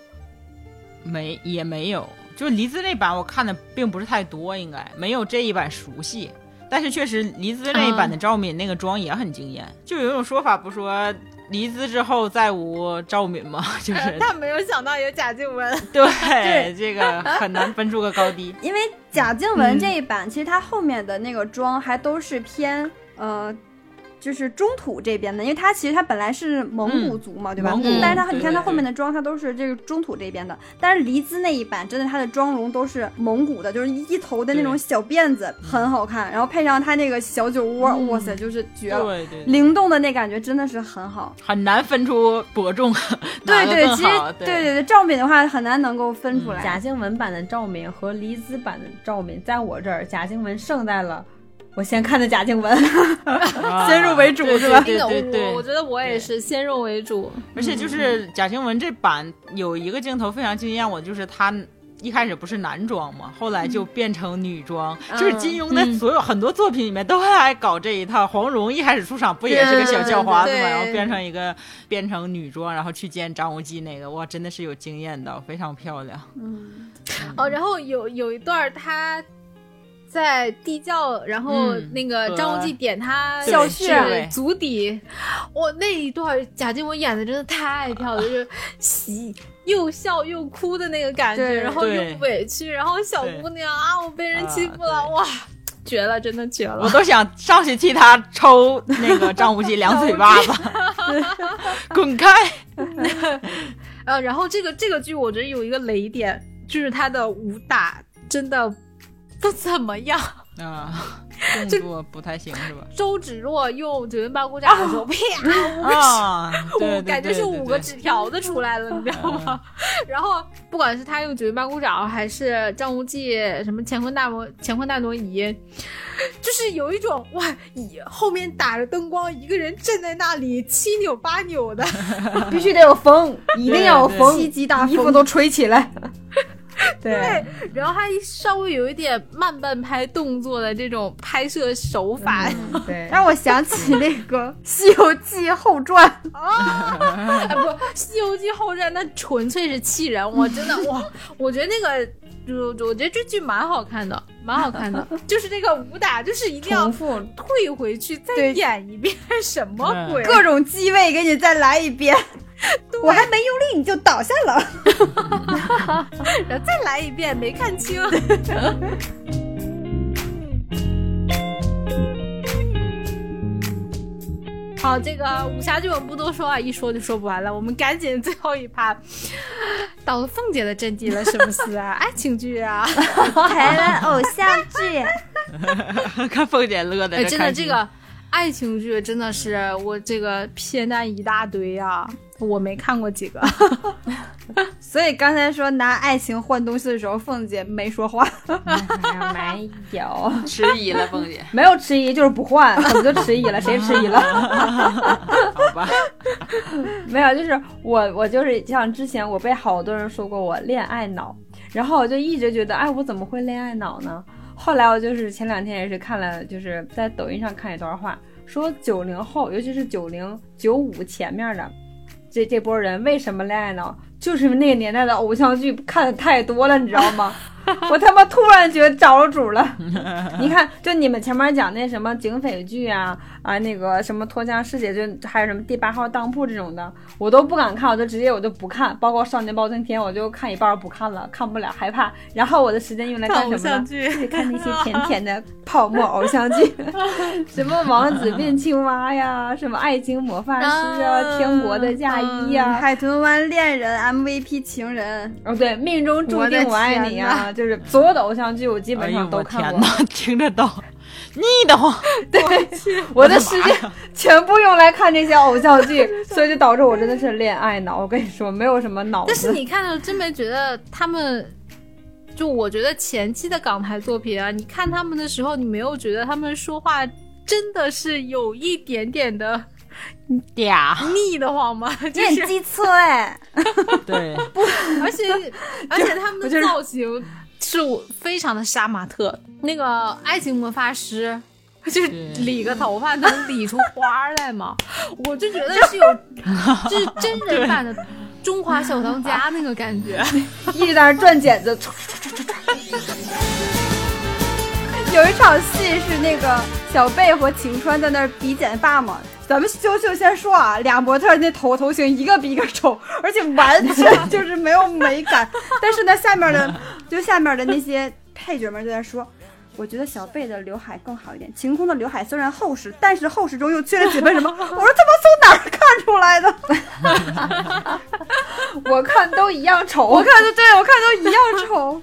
没也没有，就是黎姿那版我看的并不是太多，应该没有这一版熟悉。但是确实，黎姿那一版的赵敏那个妆也很惊艳。就有一种说法不说，黎姿之后再无赵敏吗？ 就是
呃但没有想到有贾静雯。
对这个很难分出个高低。
因为
贾静
嗯
雯这一版，其实她后面的那个妆还都是偏呃，就是中土这边的，因为她其实她本来是蒙古族嘛，对
嗯
吧
蒙
古？
但是她
对
你看她
对
后面的妆，她都是这个中土这边的。但是黎姿那一版，真的她的妆容都是蒙古的，就是一头的那种
对
小辫子，很好看。然后配上她那个小酒窝，哇塞，就是绝了，
嗯对对对，
灵动的那感觉真的是很好。
很难分出伯仲 哪
对
个
对，
更
其实
好。
对对对，赵敏的话很难能够分出
嗯
来。
贾静雯版的赵敏和黎姿版的赵敏，在我这儿贾静雯胜在了我先看的贾静雯，
啊
先入为主
对
是吧
对
哎那
对
个
对
我我
对。
觉得我也是先入为主。
而且
嗯
就是贾静雯这版有一个镜头非常惊艳我，就是她一开始不是男装嘛，后来就变成女装，就是金庸的
嗯
所有很多作品里面都爱搞这一套。黄蓉一开始出场不也是个小叫花子
对
嘛，
对对
然后变成一个变成女装，然后去见张无忌那个，哇，真的是有惊艳到，非常漂亮。
哦，然后有有一段儿他在地窖，然后
嗯
那个张无忌点他
对
小
穴位
足底，我、那一段儿贾静雯演的真的太漂亮，就是喜又笑又哭的那个感觉，
对
然后又
对
委屈，然后小
对
姑娘啊，我被人欺
啊
负了，
对
哇，绝了，真的绝了
我。都想上去替他抽那个张无忌两嘴巴子， 滚开！
呃，然后这个这个剧我觉得有一个雷点，就是它的武打真的不怎么样。
啊，
这
动作不太行是 吧？
周芷若用九阴八姑掌的时候，啪，
啊，对，对嗯
我感觉是五个，纸条子出来了，你知道吗？ 然后不管是他用九阴八姑掌，还是张无忌什么乾坤大挪乾坤大挪移，就是有一种哇，以后面打着灯光，一个人站在那里七扭八扭的，
必须得有风，一定要有
对对
风，
西极大
衣服
风
都吹起来。对，
然后还稍微有一点慢半拍动作的这种拍摄手法，
嗯
对，
让我想起那个《西游记后传》，
哎，不，《西游记后传》那纯粹是气人，我真的哇，我觉得那个，我我觉得这剧蛮好看的，蛮好看的，就是这个武打，就是一定要
重复
退回去再
对
演一遍，什么
嗯
鬼？
各种机位给你再来一遍，我还没用力你就倒下了。
然后再来一遍，没看清。好，这个武侠剧我们不多说啊，一说就说不完了。我们赶紧最后一趴，到了凤姐的阵地了，是不是啊？爱情剧啊，
台湾偶像剧，
对看凤姐乐的
哎，，真的这个爱情剧真的是我这个片单一大堆啊，我没看过 几个。
所以刚才说拿爱情换东西的时候，凤姐没说话。
没有，
迟疑了，凤姐，
没有迟疑就是不换，怎么就迟疑了？谁迟 疑了？
好吧，
没有，就是我，我就是像之前我被好多人说过我恋爱脑，然后我就一直觉得，哎，我怎么会恋爱脑呢？后来我就是前两天也是看了，就是在抖音上看一段话，说九零后，尤其是九零九五前面的这这波人为什么恋爱脑，就是因为那个年代的偶像剧看的太多了，你知道吗？我他妈突然觉得找着主了。 你看，就你们前面讲那什么警匪剧啊啊，那个什么脱缰师姐，就还有什么第八号当铺这种的，我都不敢看，我就直接我就不看。包括少年包青天，我就看一半儿不看了，看不了，害怕。然后我的时间用来 干什么呢？
剧
去看那些甜甜的泡沫偶像剧， 什么王子变青蛙呀，什么爱情魔法师啊，
啊
天国的嫁衣呀，
海豚湾恋人 MVP 情
嗯
人，
哦对，命中注
我的
定我爱你啊，就是所有的偶像剧我基
哎
本
呦
上都
我
看
天
过，
哪，听着都腻得 慌，
我的时间全部用来看这些偶像 剧，所以就导致我真的是恋爱脑。我跟你说，没有什么脑
但是
子。
你看到真没觉得他们，就我觉得前期的港台作品啊，你看他们的时候，你没有觉得他们说话真的是有一点点的
嗲，
腻得慌吗？
你
就
很
是，
鸡催，哎
对，
而 且而且他们的造型是我非常的杀马特，那个《爱情魔法师》。就是理个头发能理出花来吗？我就觉得是有，就是真人版的《中华小当家》那个感 觉。
一直在那转剪子，
有一场戏是那个小贝和晴川在那儿比剪发嘛。咱们秀秀先说啊，俩模特儿那头头型一个比一个丑，而且完全就是没有美感。但是呢，下面的就下面的那些配角们就在说，我觉得小贝的刘海更好一点。晴空的刘海虽然厚实，但是厚实中又缺了几分什么。我说他妈从哪儿看出来的？
我看都一样
我
丑。
看都对，我看都一样丑。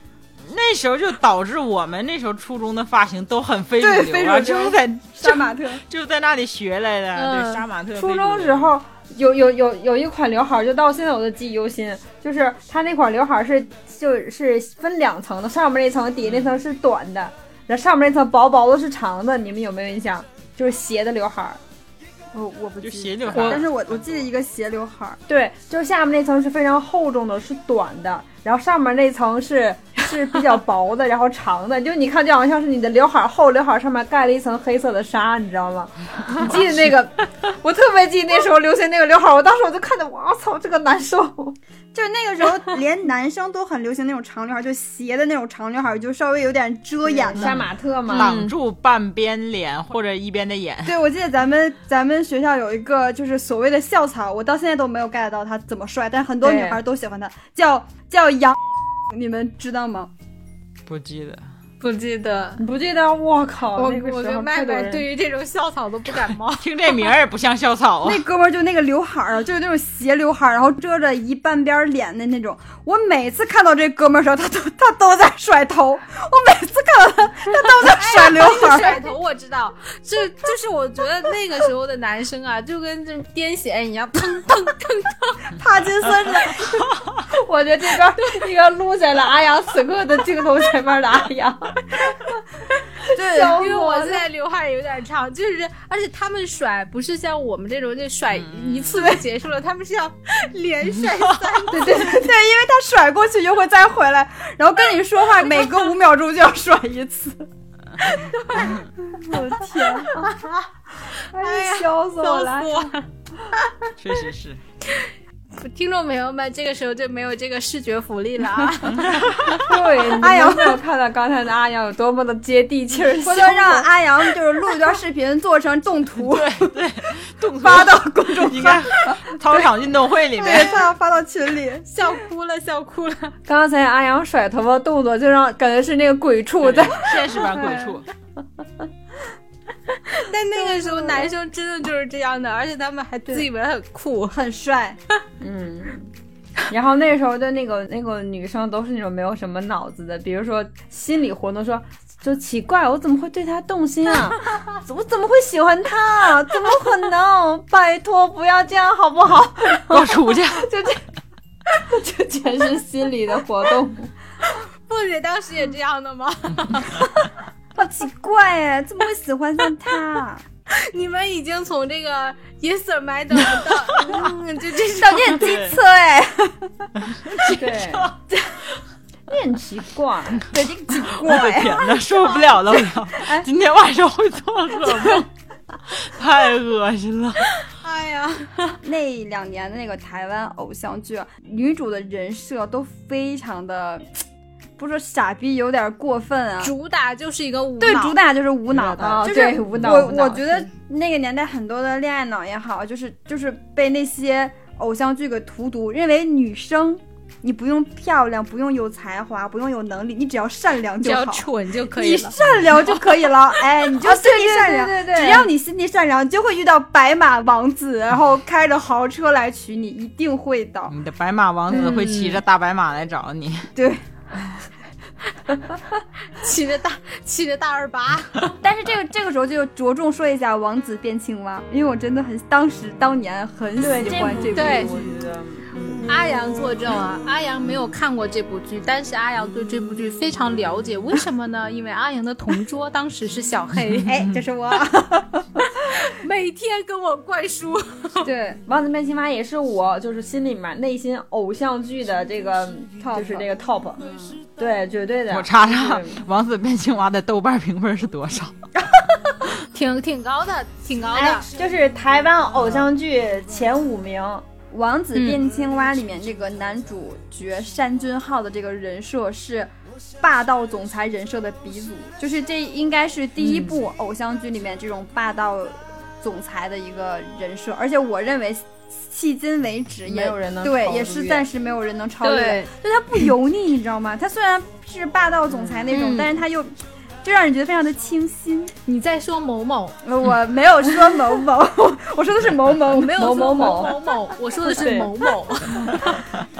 那时候就导致我们那时候初中的发型都很非主
对非
流
主
啊，
流
就是在
杀马特，
就在那里学来的，对，杀马特。
初中时，候有有有有一款刘海儿，就到现在我都记忆犹新，就是它那款刘海儿是就是分两层的，上面那层底下那层是短的，然后上面那层薄薄的是长的，你们有没有印象？就是斜的刘海儿，
我我不
就
记
斜
得，
刘海
但是我我嗯记得一个斜刘海儿，
对，就是下面那层是非常厚重的，是短的，然后上面那层是是比较薄的，然后长的，就你看就好像是你的刘海儿后刘海儿上面盖了一层黑色的纱，你知道吗？你记得那个，我特别记得那时候流行那个刘海儿，我当时我就看着，我操，这个难受。
就是那个时候连男生都很流行那种长刘海儿，就斜的那种长刘海儿，就稍微有点遮掩
杀
的。
马特嘛，
挡住半边脸或者一边的眼，
对，我记得咱们咱们学校有一个就是所谓的校草，我到现在都没有 get 到他怎么帅，但很多
对
女孩儿都喜欢他，叫叫杨，你们知道吗？
不记得。
不记得，
你不记得？我靠，
我
哦那个时
我
候
觉得麦
太多
麦
人
对于这种校草都不感 冒。
听这名儿也不像校草啊
那，哥们儿就那个刘海儿啊，就是那种斜刘海儿，然后遮着一半边儿脸的那种。我每次看到这哥们儿的时候，他都 他都在甩头，我每次看到他，他都在甩 刘海 儿。
甩头我知道，这就是我觉得那个时候的男生啊，就跟这癫痫一样，腾腾腾。
帕金森似的，
我觉得这边 那个录下了阿阳此刻的镜头前面的哎阿阳，
对
笑
因为
我
我
了
现在刘海有点长，就是而且他们甩不是像我们这种就甩一次就结束了，他们是要连甩三。
对对对，因为他甩过去又会再回来，然后跟你说话每隔五秒钟就要甩一次。
我的天，哎呀，笑死我了！
确实是。
听众朋友们，这个时候就没有这个视觉福利了啊！
对，
阿
阿
阳
阳没有看到刚才的阿阳有哎多么的接地气儿，
回头让阿阳就是录一段视频，做成动图，
动作
发到公众
应
号，
该操场运动会里
对，
面，
发发到群里。
笑哭了，笑哭 了。
刚才阿阳甩头发动作，就让感觉是那个鬼畜在。
现实版鬼畜，
但那个时候男生真的就是这样的，而且他们还自以为很酷。
很帅，
嗯，然后那时候的那个那个女生都是那种没有什么脑子的，比如说心理活动说。就奇怪，我怎么会对他动心啊？我怎么会喜欢他啊？怎么可能？拜托，不要这样好不好？
给我出去！
就这，就全是心理的活动。
凤姐当时也这样的吗？
好奇怪哎，怎么会喜欢上他？啊
你们已经从这个 Yes or Madam 到嗯，就这
到
种
你很机车哎，
对，你很奇怪。
北京奇
我的
怪。
天哪， 受不了了！ 我要今天晚上会做噩 梦，太恶心了。
哎呀，
那两年的那个台湾偶像剧，啊女主的人设都非常的，不是说傻逼，有点过分啊。
主打就是一个无
对，
脑
主打就是无脑的，
啊
就是
对无脑
我
无脑
我觉得那个年代很多的恋爱脑也好，就是就是被那些偶像剧给荼毒，认为女生你不用漂亮，不用有才华，不用有能力，你只要善良
只
就
要
好。
蠢就可
你
以了。
善良就可以 了，哎，你就心地善良，
哦对对对对
只要你心地善良，就会遇到白马王子，然后开着豪车来娶你，一定会的。
嗯
你的白马王子会骑着大白马来找你，
对，
骑着大骑着大二 八，
但是这个这个时候就着重说一下王子变青蛙，因为我真的很当时当年很喜欢这部
对
剧。
阿阳作证啊，阿阳没有看过这部剧，但是阿阳对这部剧非常了
，
嗯
解。为什么呢？因为阿阳的同桌当时是小黑
哎，这是我，
每天跟我灌输。
对，王子变青蛙也是我就是心里面内心偶像剧的这个
Top
就是嗯这个 top，对，绝对的。
我查查《王子变青蛙》的豆瓣评分是多少？
挺挺高的，挺高的。
哎，就是台湾偶像剧前五名，
《王子变青蛙》里面这个男主角山君浩的这个人设是霸道总裁人设的鼻祖，就是这应该是第一
嗯
部偶像剧里面这种霸道总裁的一个人设，而且我认为迄今为止也
没有人能
对，
超
也是暂
越
时没有人能超越的
对，
就他不油腻，你知道吗？他虽然是霸道总裁那种，
嗯
但是他又就让人觉得非常的清新。
你在说某某，
呃我没有说某某， 我说的是某哦某，
没有
某
说
某某
某某，我说的是某某。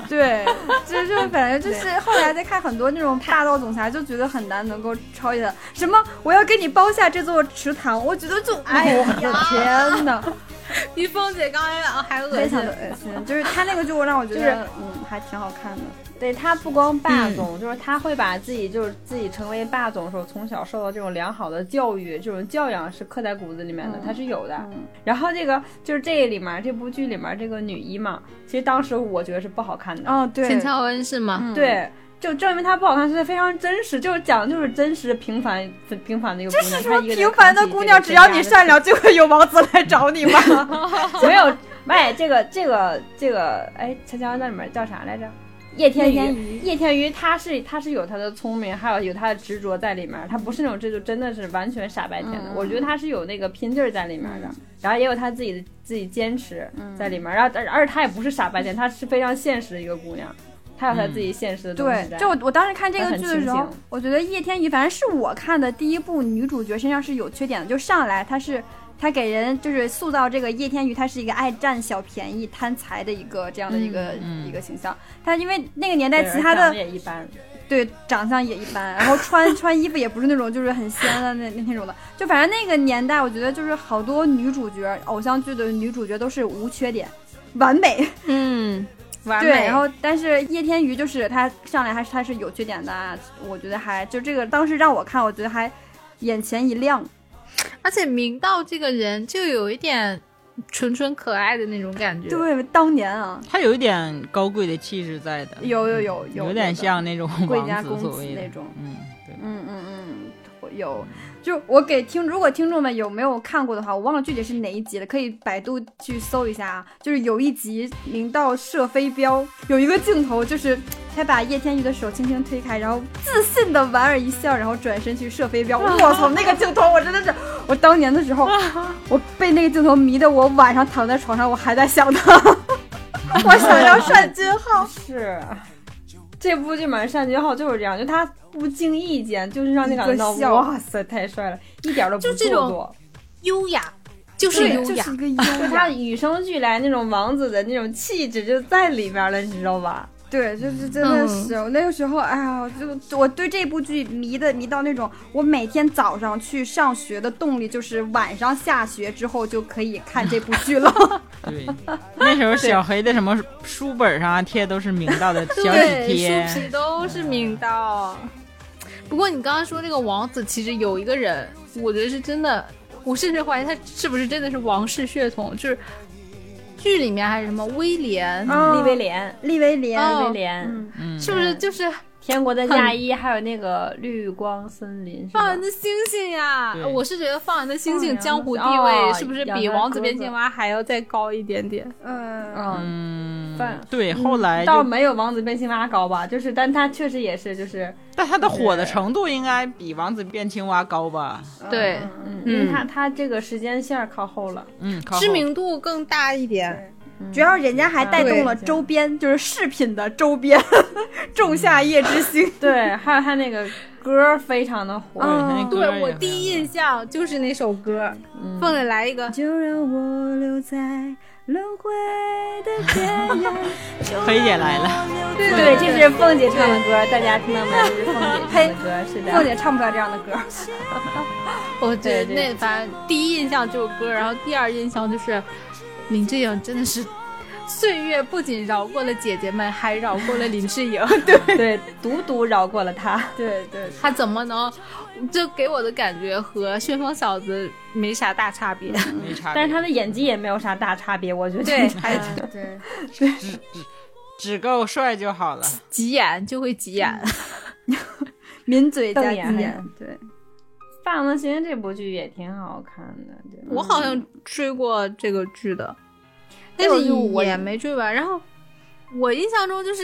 对，就是就是反正就是后来再看很多那种霸道总裁，就觉得很难能够超越他。什么我要给你包下这座池塘，我觉得就哎呀，天哪，
比凤姐刚才还还恶
非
心
常。的恶心。就是他那个就让我觉得、
就是
嗯还挺好看的。
对他不光霸总，就是他会把自己就是自己成为霸总的时候，从小受到这种良好的教育，这种教养是刻在骨子里面的，他是有的。然后这个就是这里面这部剧里面这个女一嘛，其实当时我觉得是不好看的，
哦，
沈
对，
乔恩是吗？
对。就证明她不好看，是非常真实，就是讲的就是真实平凡平凡的一个姑娘。
是什么
她一个人
平凡的
扛起
姑
这
娘，
个
只要
天
你
涯的
善良，就会有王子来找你吗？
没有，哎，这个这个这个，哎，陈乔恩那里面叫啥来着？叶天宇，叶天宇，他是他是有他的聪明，还有有他的执着在里面，他不是那种这就真的是完全傻白甜的，我觉得他是有那个拼劲儿在里面的，然后也有他自己的自己坚持在里面，然后而而且他也不是傻白甜，他是非常现实的一个姑娘，她有她自己现实的东西
对
在，
就我我当时看这个
很
剧的
清
时候
醒，
我觉得叶天宇反正是我看的第一部女主角身上是有缺点的，就上来她是她给人就是塑造这个叶天宇，她是一个爱占小便宜、贪财的一个这样的一个、
嗯嗯
一个形象。她因为那个年代
对
其
而
他
长
的
得也一般，
对长相也一般，然后 穿穿衣服也不是那种就是很鲜的那那那种的，就反正那个年代我觉得就是好多女主角偶像剧的女主角都是无缺点，完美。
嗯，
完
对，
美，
然后但是叶天瑜就是他上来还是他是有缺点的啊，我觉得还就这个当时让我看，我觉得还眼前一亮。
而且明道这个人就有一点纯纯可爱的那种感觉。，
对，当年啊，
他有一点高贵的气质在的，嗯
有有有有
有点像那种
贵家
王
公
子所
子
谓的
那种，
嗯，对，
嗯嗯嗯，我有。就我给听，如果听众们有没有看过的话，我忘了具体是哪一集了，可以百度去搜一下啊。就是有一集明道射飞镖，有一个镜头就是他把叶天宇的手轻轻推开，然后自信的莞尔一笑，然后转身去射飞 镖。我操，那个镜头我真的是，我当年的时候，我被那个镜头迷得，我晚上躺在床上，我还在想他，我想 要单君浩。
是。这部剧里面单俊浩就是这样，就他不经意间就是让你感觉到
一个笑
哇塞太帅了，一点儿都不
就这
做
种
作。
优雅就是
对，
优
就
雅
是。一个优雅
就他与生俱来那种王子的那种气质就在里边了，你知道吧？
对，就是真的是，我那个时候，哎呀，我就我对这部剧迷的迷到那种，我每天早上去上学的动力就是晚上下学之后就可以看这部剧了。
对，那时候小黑的什么书本上啊贴都是明道的小
对，
喜帖，
书皮都是明道。不过你刚刚说这个王子，其实有一个人，我觉得是真的，我甚至怀疑他是不是真的是王室血统，就是剧里面还是什么嗯威廉，
利威廉，
利维廉，
哦
利威廉，
嗯，
嗯，
是不是就是
天国的嫁衣，还有那个绿光森林，是
放
吧
人？的星星呀、
对
我是觉得放人的星星江湖地
哦
位是不是比王子变青蛙还要再高一点点？
呃，
嗯，
嗯
饭，
对，后
嗯
来
倒
就，
没有王子变青蛙高吧，就是，但他确实也是，就是，
但他的火的程度应该比王子变青蛙高吧？
对，
嗯，
嗯
因为他他这个时间线儿靠后了，
嗯，靠后
知名度更大一点。
主要人家还带动了
对
周边，就是饰品的周边， 《仲夏夜之星》
对，还有他那个歌儿非常的火
嗯
对，，他哎那歌
对
也
我
很
第一印象就是那首歌，凤姐来一个，
就让我留在轮回的边缘。
黑姐来了，
对
对，
对
这是凤姐唱的歌，大家听到没 有？这是凤姐
凤姐唱不
唱的歌，是的，
出来这样的 歌。
我觉得
对对
那反正第一印象这首歌，然后第二印象就是林志颖真的是岁月不仅饶过了姐姐们，还饶过了林志颖。
对，独独饶过了他。
对对，
她怎么能？就给我的感觉和旋风小子没啥大差别。
没差别。
但是他的演技也没有啥大差别，我觉 得。
对，
哎对，
只只只够帅就好了。
急眼就会急眼。
抿嘴加
瞪
急
眼
眼，对，
《 霸王的学院》这部剧也挺好看的，对吧
我好
嗯
像追过这个剧的，但
这个
是
剧我
也没追完。然后我印象中就是，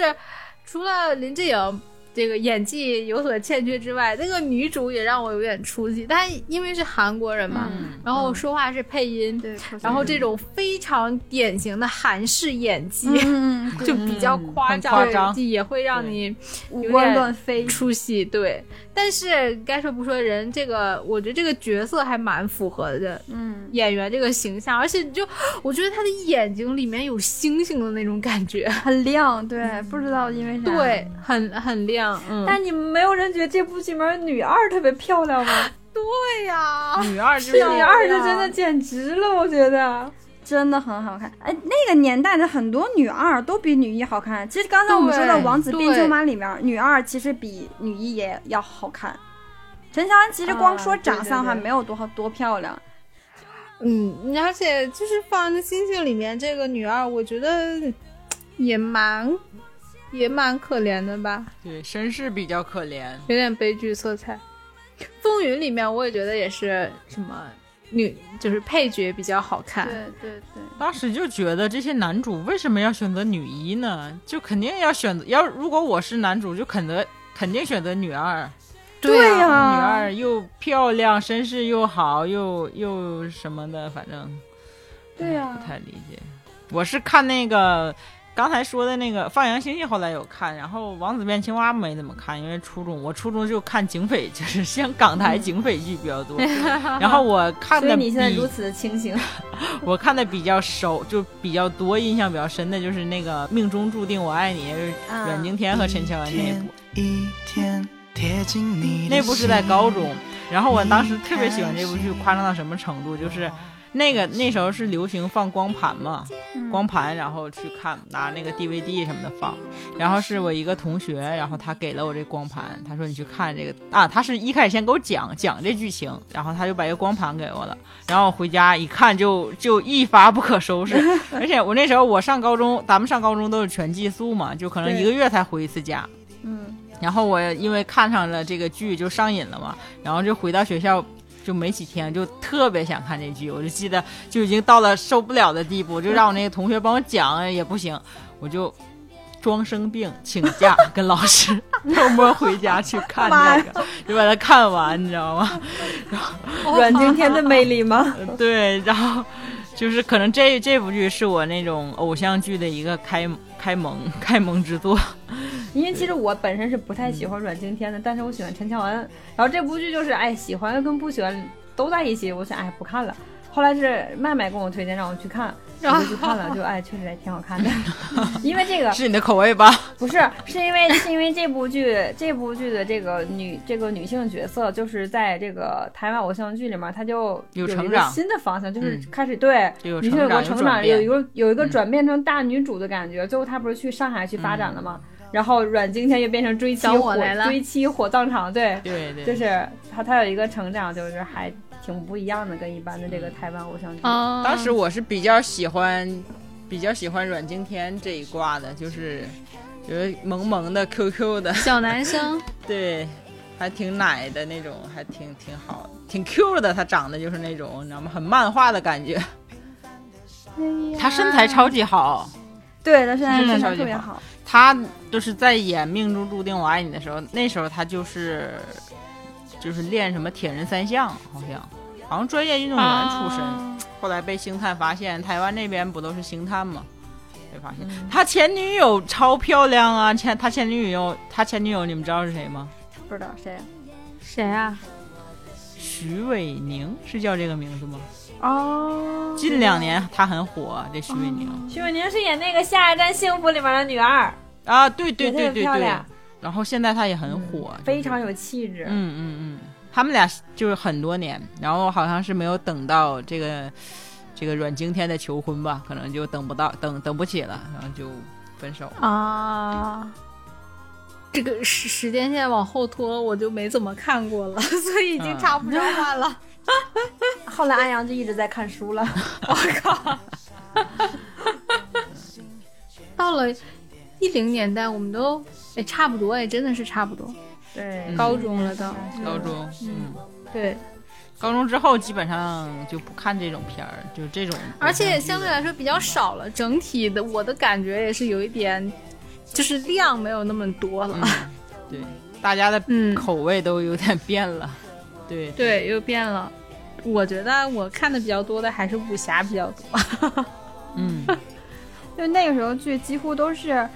除了林志颖这个演技有所欠缺之外，那个女主也让我有点出戏。但因为是韩国人嘛，
嗯，
然后说话是配音，
对，
然 后这种非常典型的韩式演技。
嗯嗯，
就比较夸张，
嗯很夸张
对也会让你
五
有
官
点
乱飞，
出戏。对，但是该说不说，人这个我觉得这个角色还蛮符合的，
嗯，
演员这个形象，而且你就我觉得他的眼睛里面有星星的那种感觉，
很亮，对，
嗯
不知道因为啥，
对， 很很亮。嗯，
但你们没有人觉得这部剧里面女二特别漂亮吗？
对呀，
女二就是
这
啊
是
女二是真的简直了，我觉得。
真的很好看。哎，那个年代的很多女二都比女一好看。其实刚才我们说的
对
《王子变
对
舅妈》里面，女二其实比女一也要好看。陈乔恩其实光说
啊对
长相
对
还
对
没有多好多漂亮，
嗯，而且就是《放羊的星星》里面这个女二，我觉得也蛮也蛮可怜的吧，
对身世比较可怜，
有点悲剧色彩。《风云》里面我也觉得也是什么女，就是配角比较好看。
对对，
当时就觉得这些男主为什么要选择女一呢？就肯定要选择，要如果我是男主，就肯得肯定选择女二。
对呀、
女二又漂亮，身世又好，又又什么的，反正哎
对呀
不太理解。我是看那个刚才说的那个《放羊星星》，后来有看，然后《王子变青蛙》没怎么看，因为初中我初中就看警匪，就是像港台警匪剧比较 多。然后我看
所以
的
你现在
比
如此的清醒，
我看的比较熟，就比较多，印象比较深的就是那个《命中注定我爱你》，就是阮经天和陈乔恩那部。
一天贴近你
那
那
部
部
是
是
在
在
高
高
中
中，，
然后我当时特别喜欢这部剧，夸张到什么程度？就是那个那时候是流行放光盘嘛，光盘，然后去看拿那个 DVD 什么的放。然后是我一个同学，然后他给了我这光盘，他说你去看这个啊，他是一开始先给我讲讲这剧情，然后他就把一个光盘给我了，然后我回家一看就就一发不可收拾。而且我那时候我上高中，咱们上高中都是全寄宿嘛，就可能一个月才回一次家。
嗯，
然后我因为看上了这个剧就上瘾了嘛，然后就回到学校就没几天，就特别想看这剧，我就记得就已经到了受不了的地步，就让我那个同学帮我讲也不行，我就装生病请假跟老 师偷摸回家去看那个，就把它看完，你知道吗？
阮经天的魅力吗？
对，然后就是可能这这部剧是我那种偶像剧的一个开开蒙开蒙之 作，
因为其实我本身是不太喜欢阮经天的，但是我喜欢陈乔恩。然后这部剧就是，哎，喜欢跟不喜欢都在一起，我想，哎，不看了。后来是麦麦跟我推荐让我去看，我就去看了，就哎，确实还挺好看的。 因为这个
是你的口味吧？
不是，是因为是因为这部剧这部剧的这个女这个女性角色，就是在这个台湾偶像剧里面，她就
有
一个
成长
新的方向，就是
嗯
开始对
就有
女性有
成
个
长，
成
转
长，有
变
一。个有一个
嗯
转变成大女主的感觉。最后她不是去上海去发展了吗？
嗯
然后阮经天又变成追妻
小我
火
来了
追妻火葬场，对，
对对，
就是她她有一个成长，就是还挺不一样的，跟一般的这个台湾偶像剧。
啊
当时我是比较喜欢，比较喜欢阮经天这一挂的，就是觉得萌萌的、QQ 的，
小男生，
对，还挺奶的那种，还挺挺好，挺 Q 的。他长得就是那种，你知道吗？很漫画的感觉。他身材超级好，
对，她现在
真的
身
超
材
级
特别
好
好，
他就是在演《命中注定我爱你》的时候，那时候他就是就是练什么铁人三项，好像好像专业运动员出身。
啊
后来被星探发现，台湾那边不都是星探吗？被发现、
嗯
他前女友超漂亮啊！前他前女友，他前女友你们知道是谁吗？
不知道谁
谁啊？
徐伟宁是叫这个名字吗？
哦，
近两年他很火，这徐伟宁、
徐伟宁是演那个《下一站幸福》里面的女二，
啊，对对
也特
对
别
对
漂
对
亮。嗯
然后现在他也很火，就是
非常有气质。
嗯嗯嗯，他们俩就是很多年，然后好像是没有等到这个这个阮经天的求婚吧，可能就等不到，等等不起了，然后就分手。
啊。这个时时间线往后拖，我就没怎么看过了， 所以已经插不上话了。
后来安阳就一直在看书了。
到了一零年代，我们都哎差不多哎，真的是差不多，
对
嗯
高中了都。
高中，嗯，
对，
高中之后基本上就不看这种片儿，就这种偶像剧了。
而且相对来说比较少了，整体的我的感觉也是有一点，就是量没有那么多了。
嗯，对，大家的
嗯
口味都有点变了。对，
对，又变了。我觉得我看的比较多的还是武侠比较多。
嗯，
就那个时候剧几乎都是，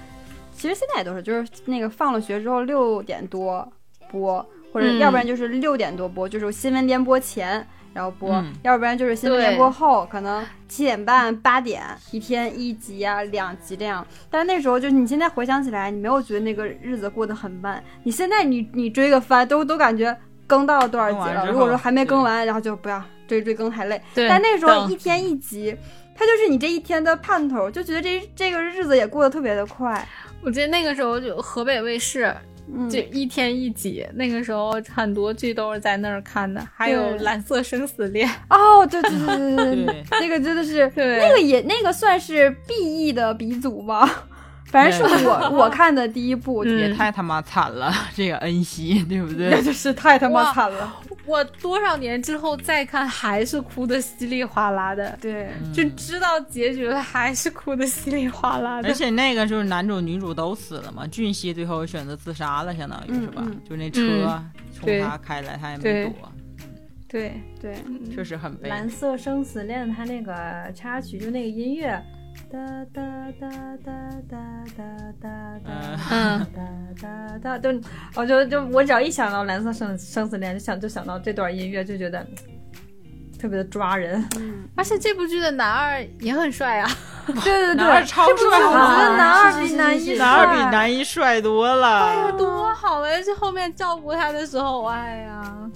其实现在也都是，就是那个放了学之后六点多播，或者
嗯
要不然就是六点多播，就是新闻联播前然后播，
嗯
要不然就是新闻
对
联播后，可能七点半八点一天一集啊两集这样。但那时候就你现在回想起来，你没有觉得那个日子过得很慢，你现在你你追个番都都感觉更到多少集
更完之
了，
后
如果说还没更
对
完，然后就不要追追更太累。
对
但那时候
懂
一天一集，它就是你这一天的盼头，就觉得这这个日子也过得特别的快。
我记得那个时候就河北卫视
嗯，
就一天一集，那个时候很多剧都是在那儿看的，还有
对
《蓝色生死恋》。
哦，对对对对对对
对，
那个真的是，
对
那个也那个算是 B E 的鼻祖吧，反正是我我看的第一部，
嗯
也太他妈惨了，这个恩熙，对不对？
真是太他
哇
妈惨了。
我多少年之后再看，还是哭的稀里哗啦的，
对，
就知道结局了，还是哭的稀里哗
啊
啦的
而。且那个哎就是男主女主都死了嘛，俊熙最后选择自杀了，相当于是吧？
嗯
就那车冲他开来，他也没躲，
对
对
确实很悲。
蓝色生死恋，它那个插曲就那个音乐，哒哒哒哒哒哒哒
嗯
哒
嗯，
哒哒哒，就我就就我只要一想到蓝色生生死恋，就想就想到这段音乐，就觉得嗯特别的抓人。
而且这部剧的男二也很帅啊，
对对
男二
对，
超
是不是
帅
我觉得
啊
男二
是
比
是
男
是
一
是
男二比
帅
男一帅多了，
多好呀！就后面照顾他的时候，哎呀，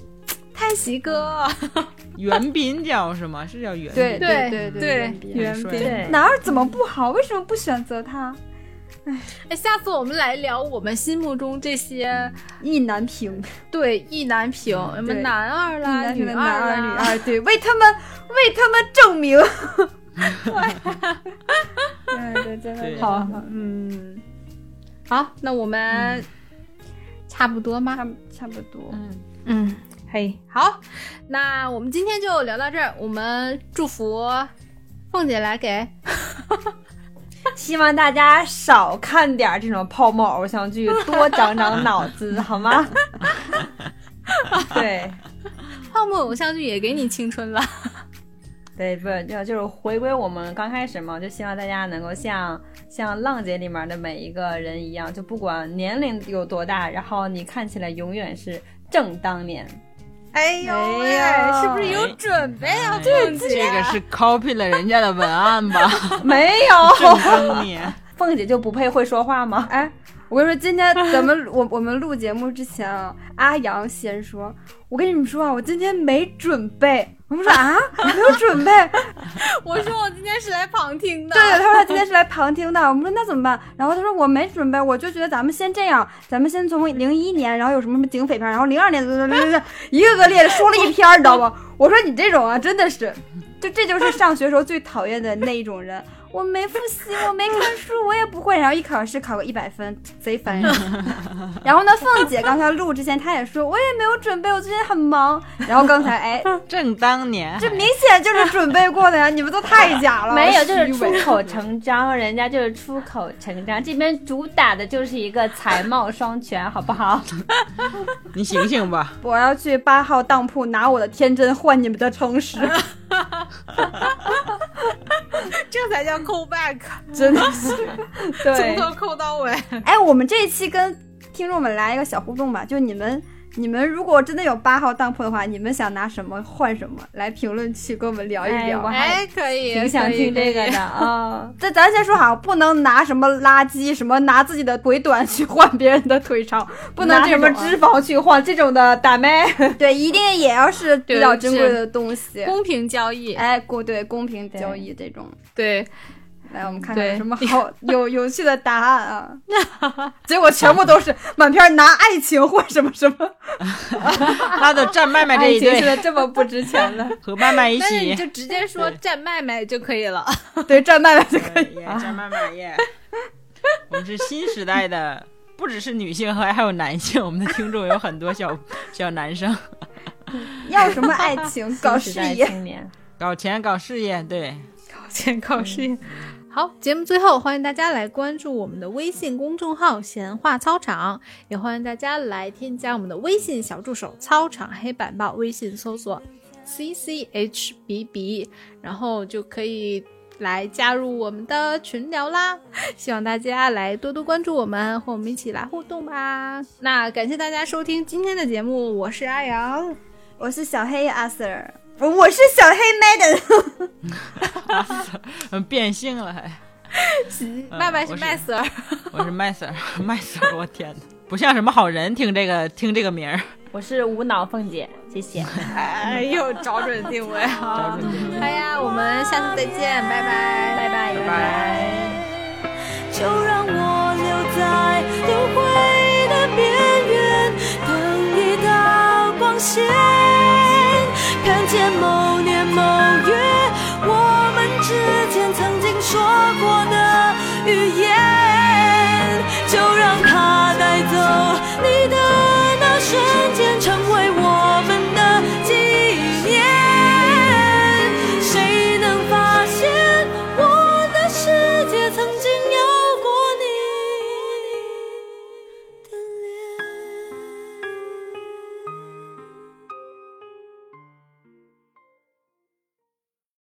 太喜哥，
袁彬叫什么？是叫袁彬？
对
对
对对
对
袁，彬
袁
很帅
彬。
对，
男二怎么不好？为什么不选择他？
哎，下次我们来聊我们心目中这些
意难平，
对意难平，什么
对
男二
意
啦、
难平
女
的
二
男二女
啦，
二，对，为他们为他们证明。对对，真的
对
好，
嗯，好，那我们差不多吗？
差差不多。
嗯，嘿，好，那我们今天就聊到这儿，我们祝福凤姐来给，
希望大家少看点儿这种泡沫偶像剧，多长长脑子，好吗？对
泡沫偶像剧也给你青 春了，
对，不就就是回归我们刚开始嘛，就希望大家能够像像《浪姐》里面的每一个人一样，就不管年龄有多大，然后你看起来永远是正当 年。
哎呦喂，是不是有准备啊？凤姐，
哎这个是 copy 了人家的文案吧？
没有，
正当年，
凤姐就不配会说话吗？
哎，我跟你说，今天咱们我我们录节目之前啊，阿阳先说，我跟你们说啊，我今天没准备。我们说啊，你没有准备？
我说我今天是来旁听的，
对，他说他今天是来旁听的。我们说那怎么办？然后他说我没准备，我就觉得咱们先这样，咱们先从零一年，然后有什么什么警匪片，然后零二年，一个个列着说了一篇儿，你知道吗？我说你这种啊，真的是，就这就是上学时候最讨厌的那一种人。我没复习，我没看书，我也不会。然后一考试考个一百分，贼烦 人。然后呢，凤姐刚才录之前，她也说我也没有准备，我最近很忙。然后刚才哎，
正当年，
这明显就是准备过的呀，你们都太假了，
没有，就
虚
是出
伪
口成章，人家就是出口成章，这边主打的就是一个才貌双全，好不好？
你醒醒吧。
我要去八号当铺拿我的天真换你们的 诚实，
这才叫 call back，
真的是。
对，
扣到尾。
哎，我们这一期跟听众们来一个小互动吧，就你们你们如果真的有八号当铺的话，你们想拿什么换什么？来评论区跟我们聊一
哎
聊。
我还
哎，可 以，
挺想
可以
听这个
可以
的 啊。
这咱先说好，不能拿什么垃圾，什么拿自己的腿短去换别人的腿长，不能
拿
这
什么
种啊
脂肪去换这种的打麦，
啊
对，一定也要是比较珍贵的东西。
公平交易。
哎，公对公平交易这种，
对，
来我们看看
对
有什么好有有趣的答案啊！结果全部都是满篇拿爱情换什么什么，
那就站麦麦这
爱
一
情现
队
在这么不值钱了。
和麦麦一
但是你
起，
就直接说
对
占麦麦就可以了。
对，站麦麦就 可以。啊
耶站麦麦耶！ 我们是新时代的，不只是女性，还还有男性，我们的听众有很多小 小男生，
要什么爱情？搞事
代
业。
青年，
搞钱搞事业，对，
健康事业。好，节目最后欢迎大家来关注我们的微信公众号“闲话操场”，也欢迎大家来添加我们的微信小助手“操场黑板报”，微信搜索 “c c h b b”，然后就可以来加入我们的群聊啦。 希望大家来多多关注我们，和我们一起来互动吧。那感谢大家收听今天的节目，我是阿阳，
我是小黑阿 Sir，我是小黑 Madam，
嗯，变性了还。
麦麦是
我是
麦 Sir，
我是麦 Sir，麦 Sir，我天哪，不像什么好人，听这个听这个名儿，
我是无脑凤姐，谢谢。
哎呦，找准定位啊！
找准定
哎呀，我们下次再见，拜拜，拜拜，
拜拜。
就让我留在轮回的边缘，等一道光线，看见某年某月我们之间曾经说过的语言。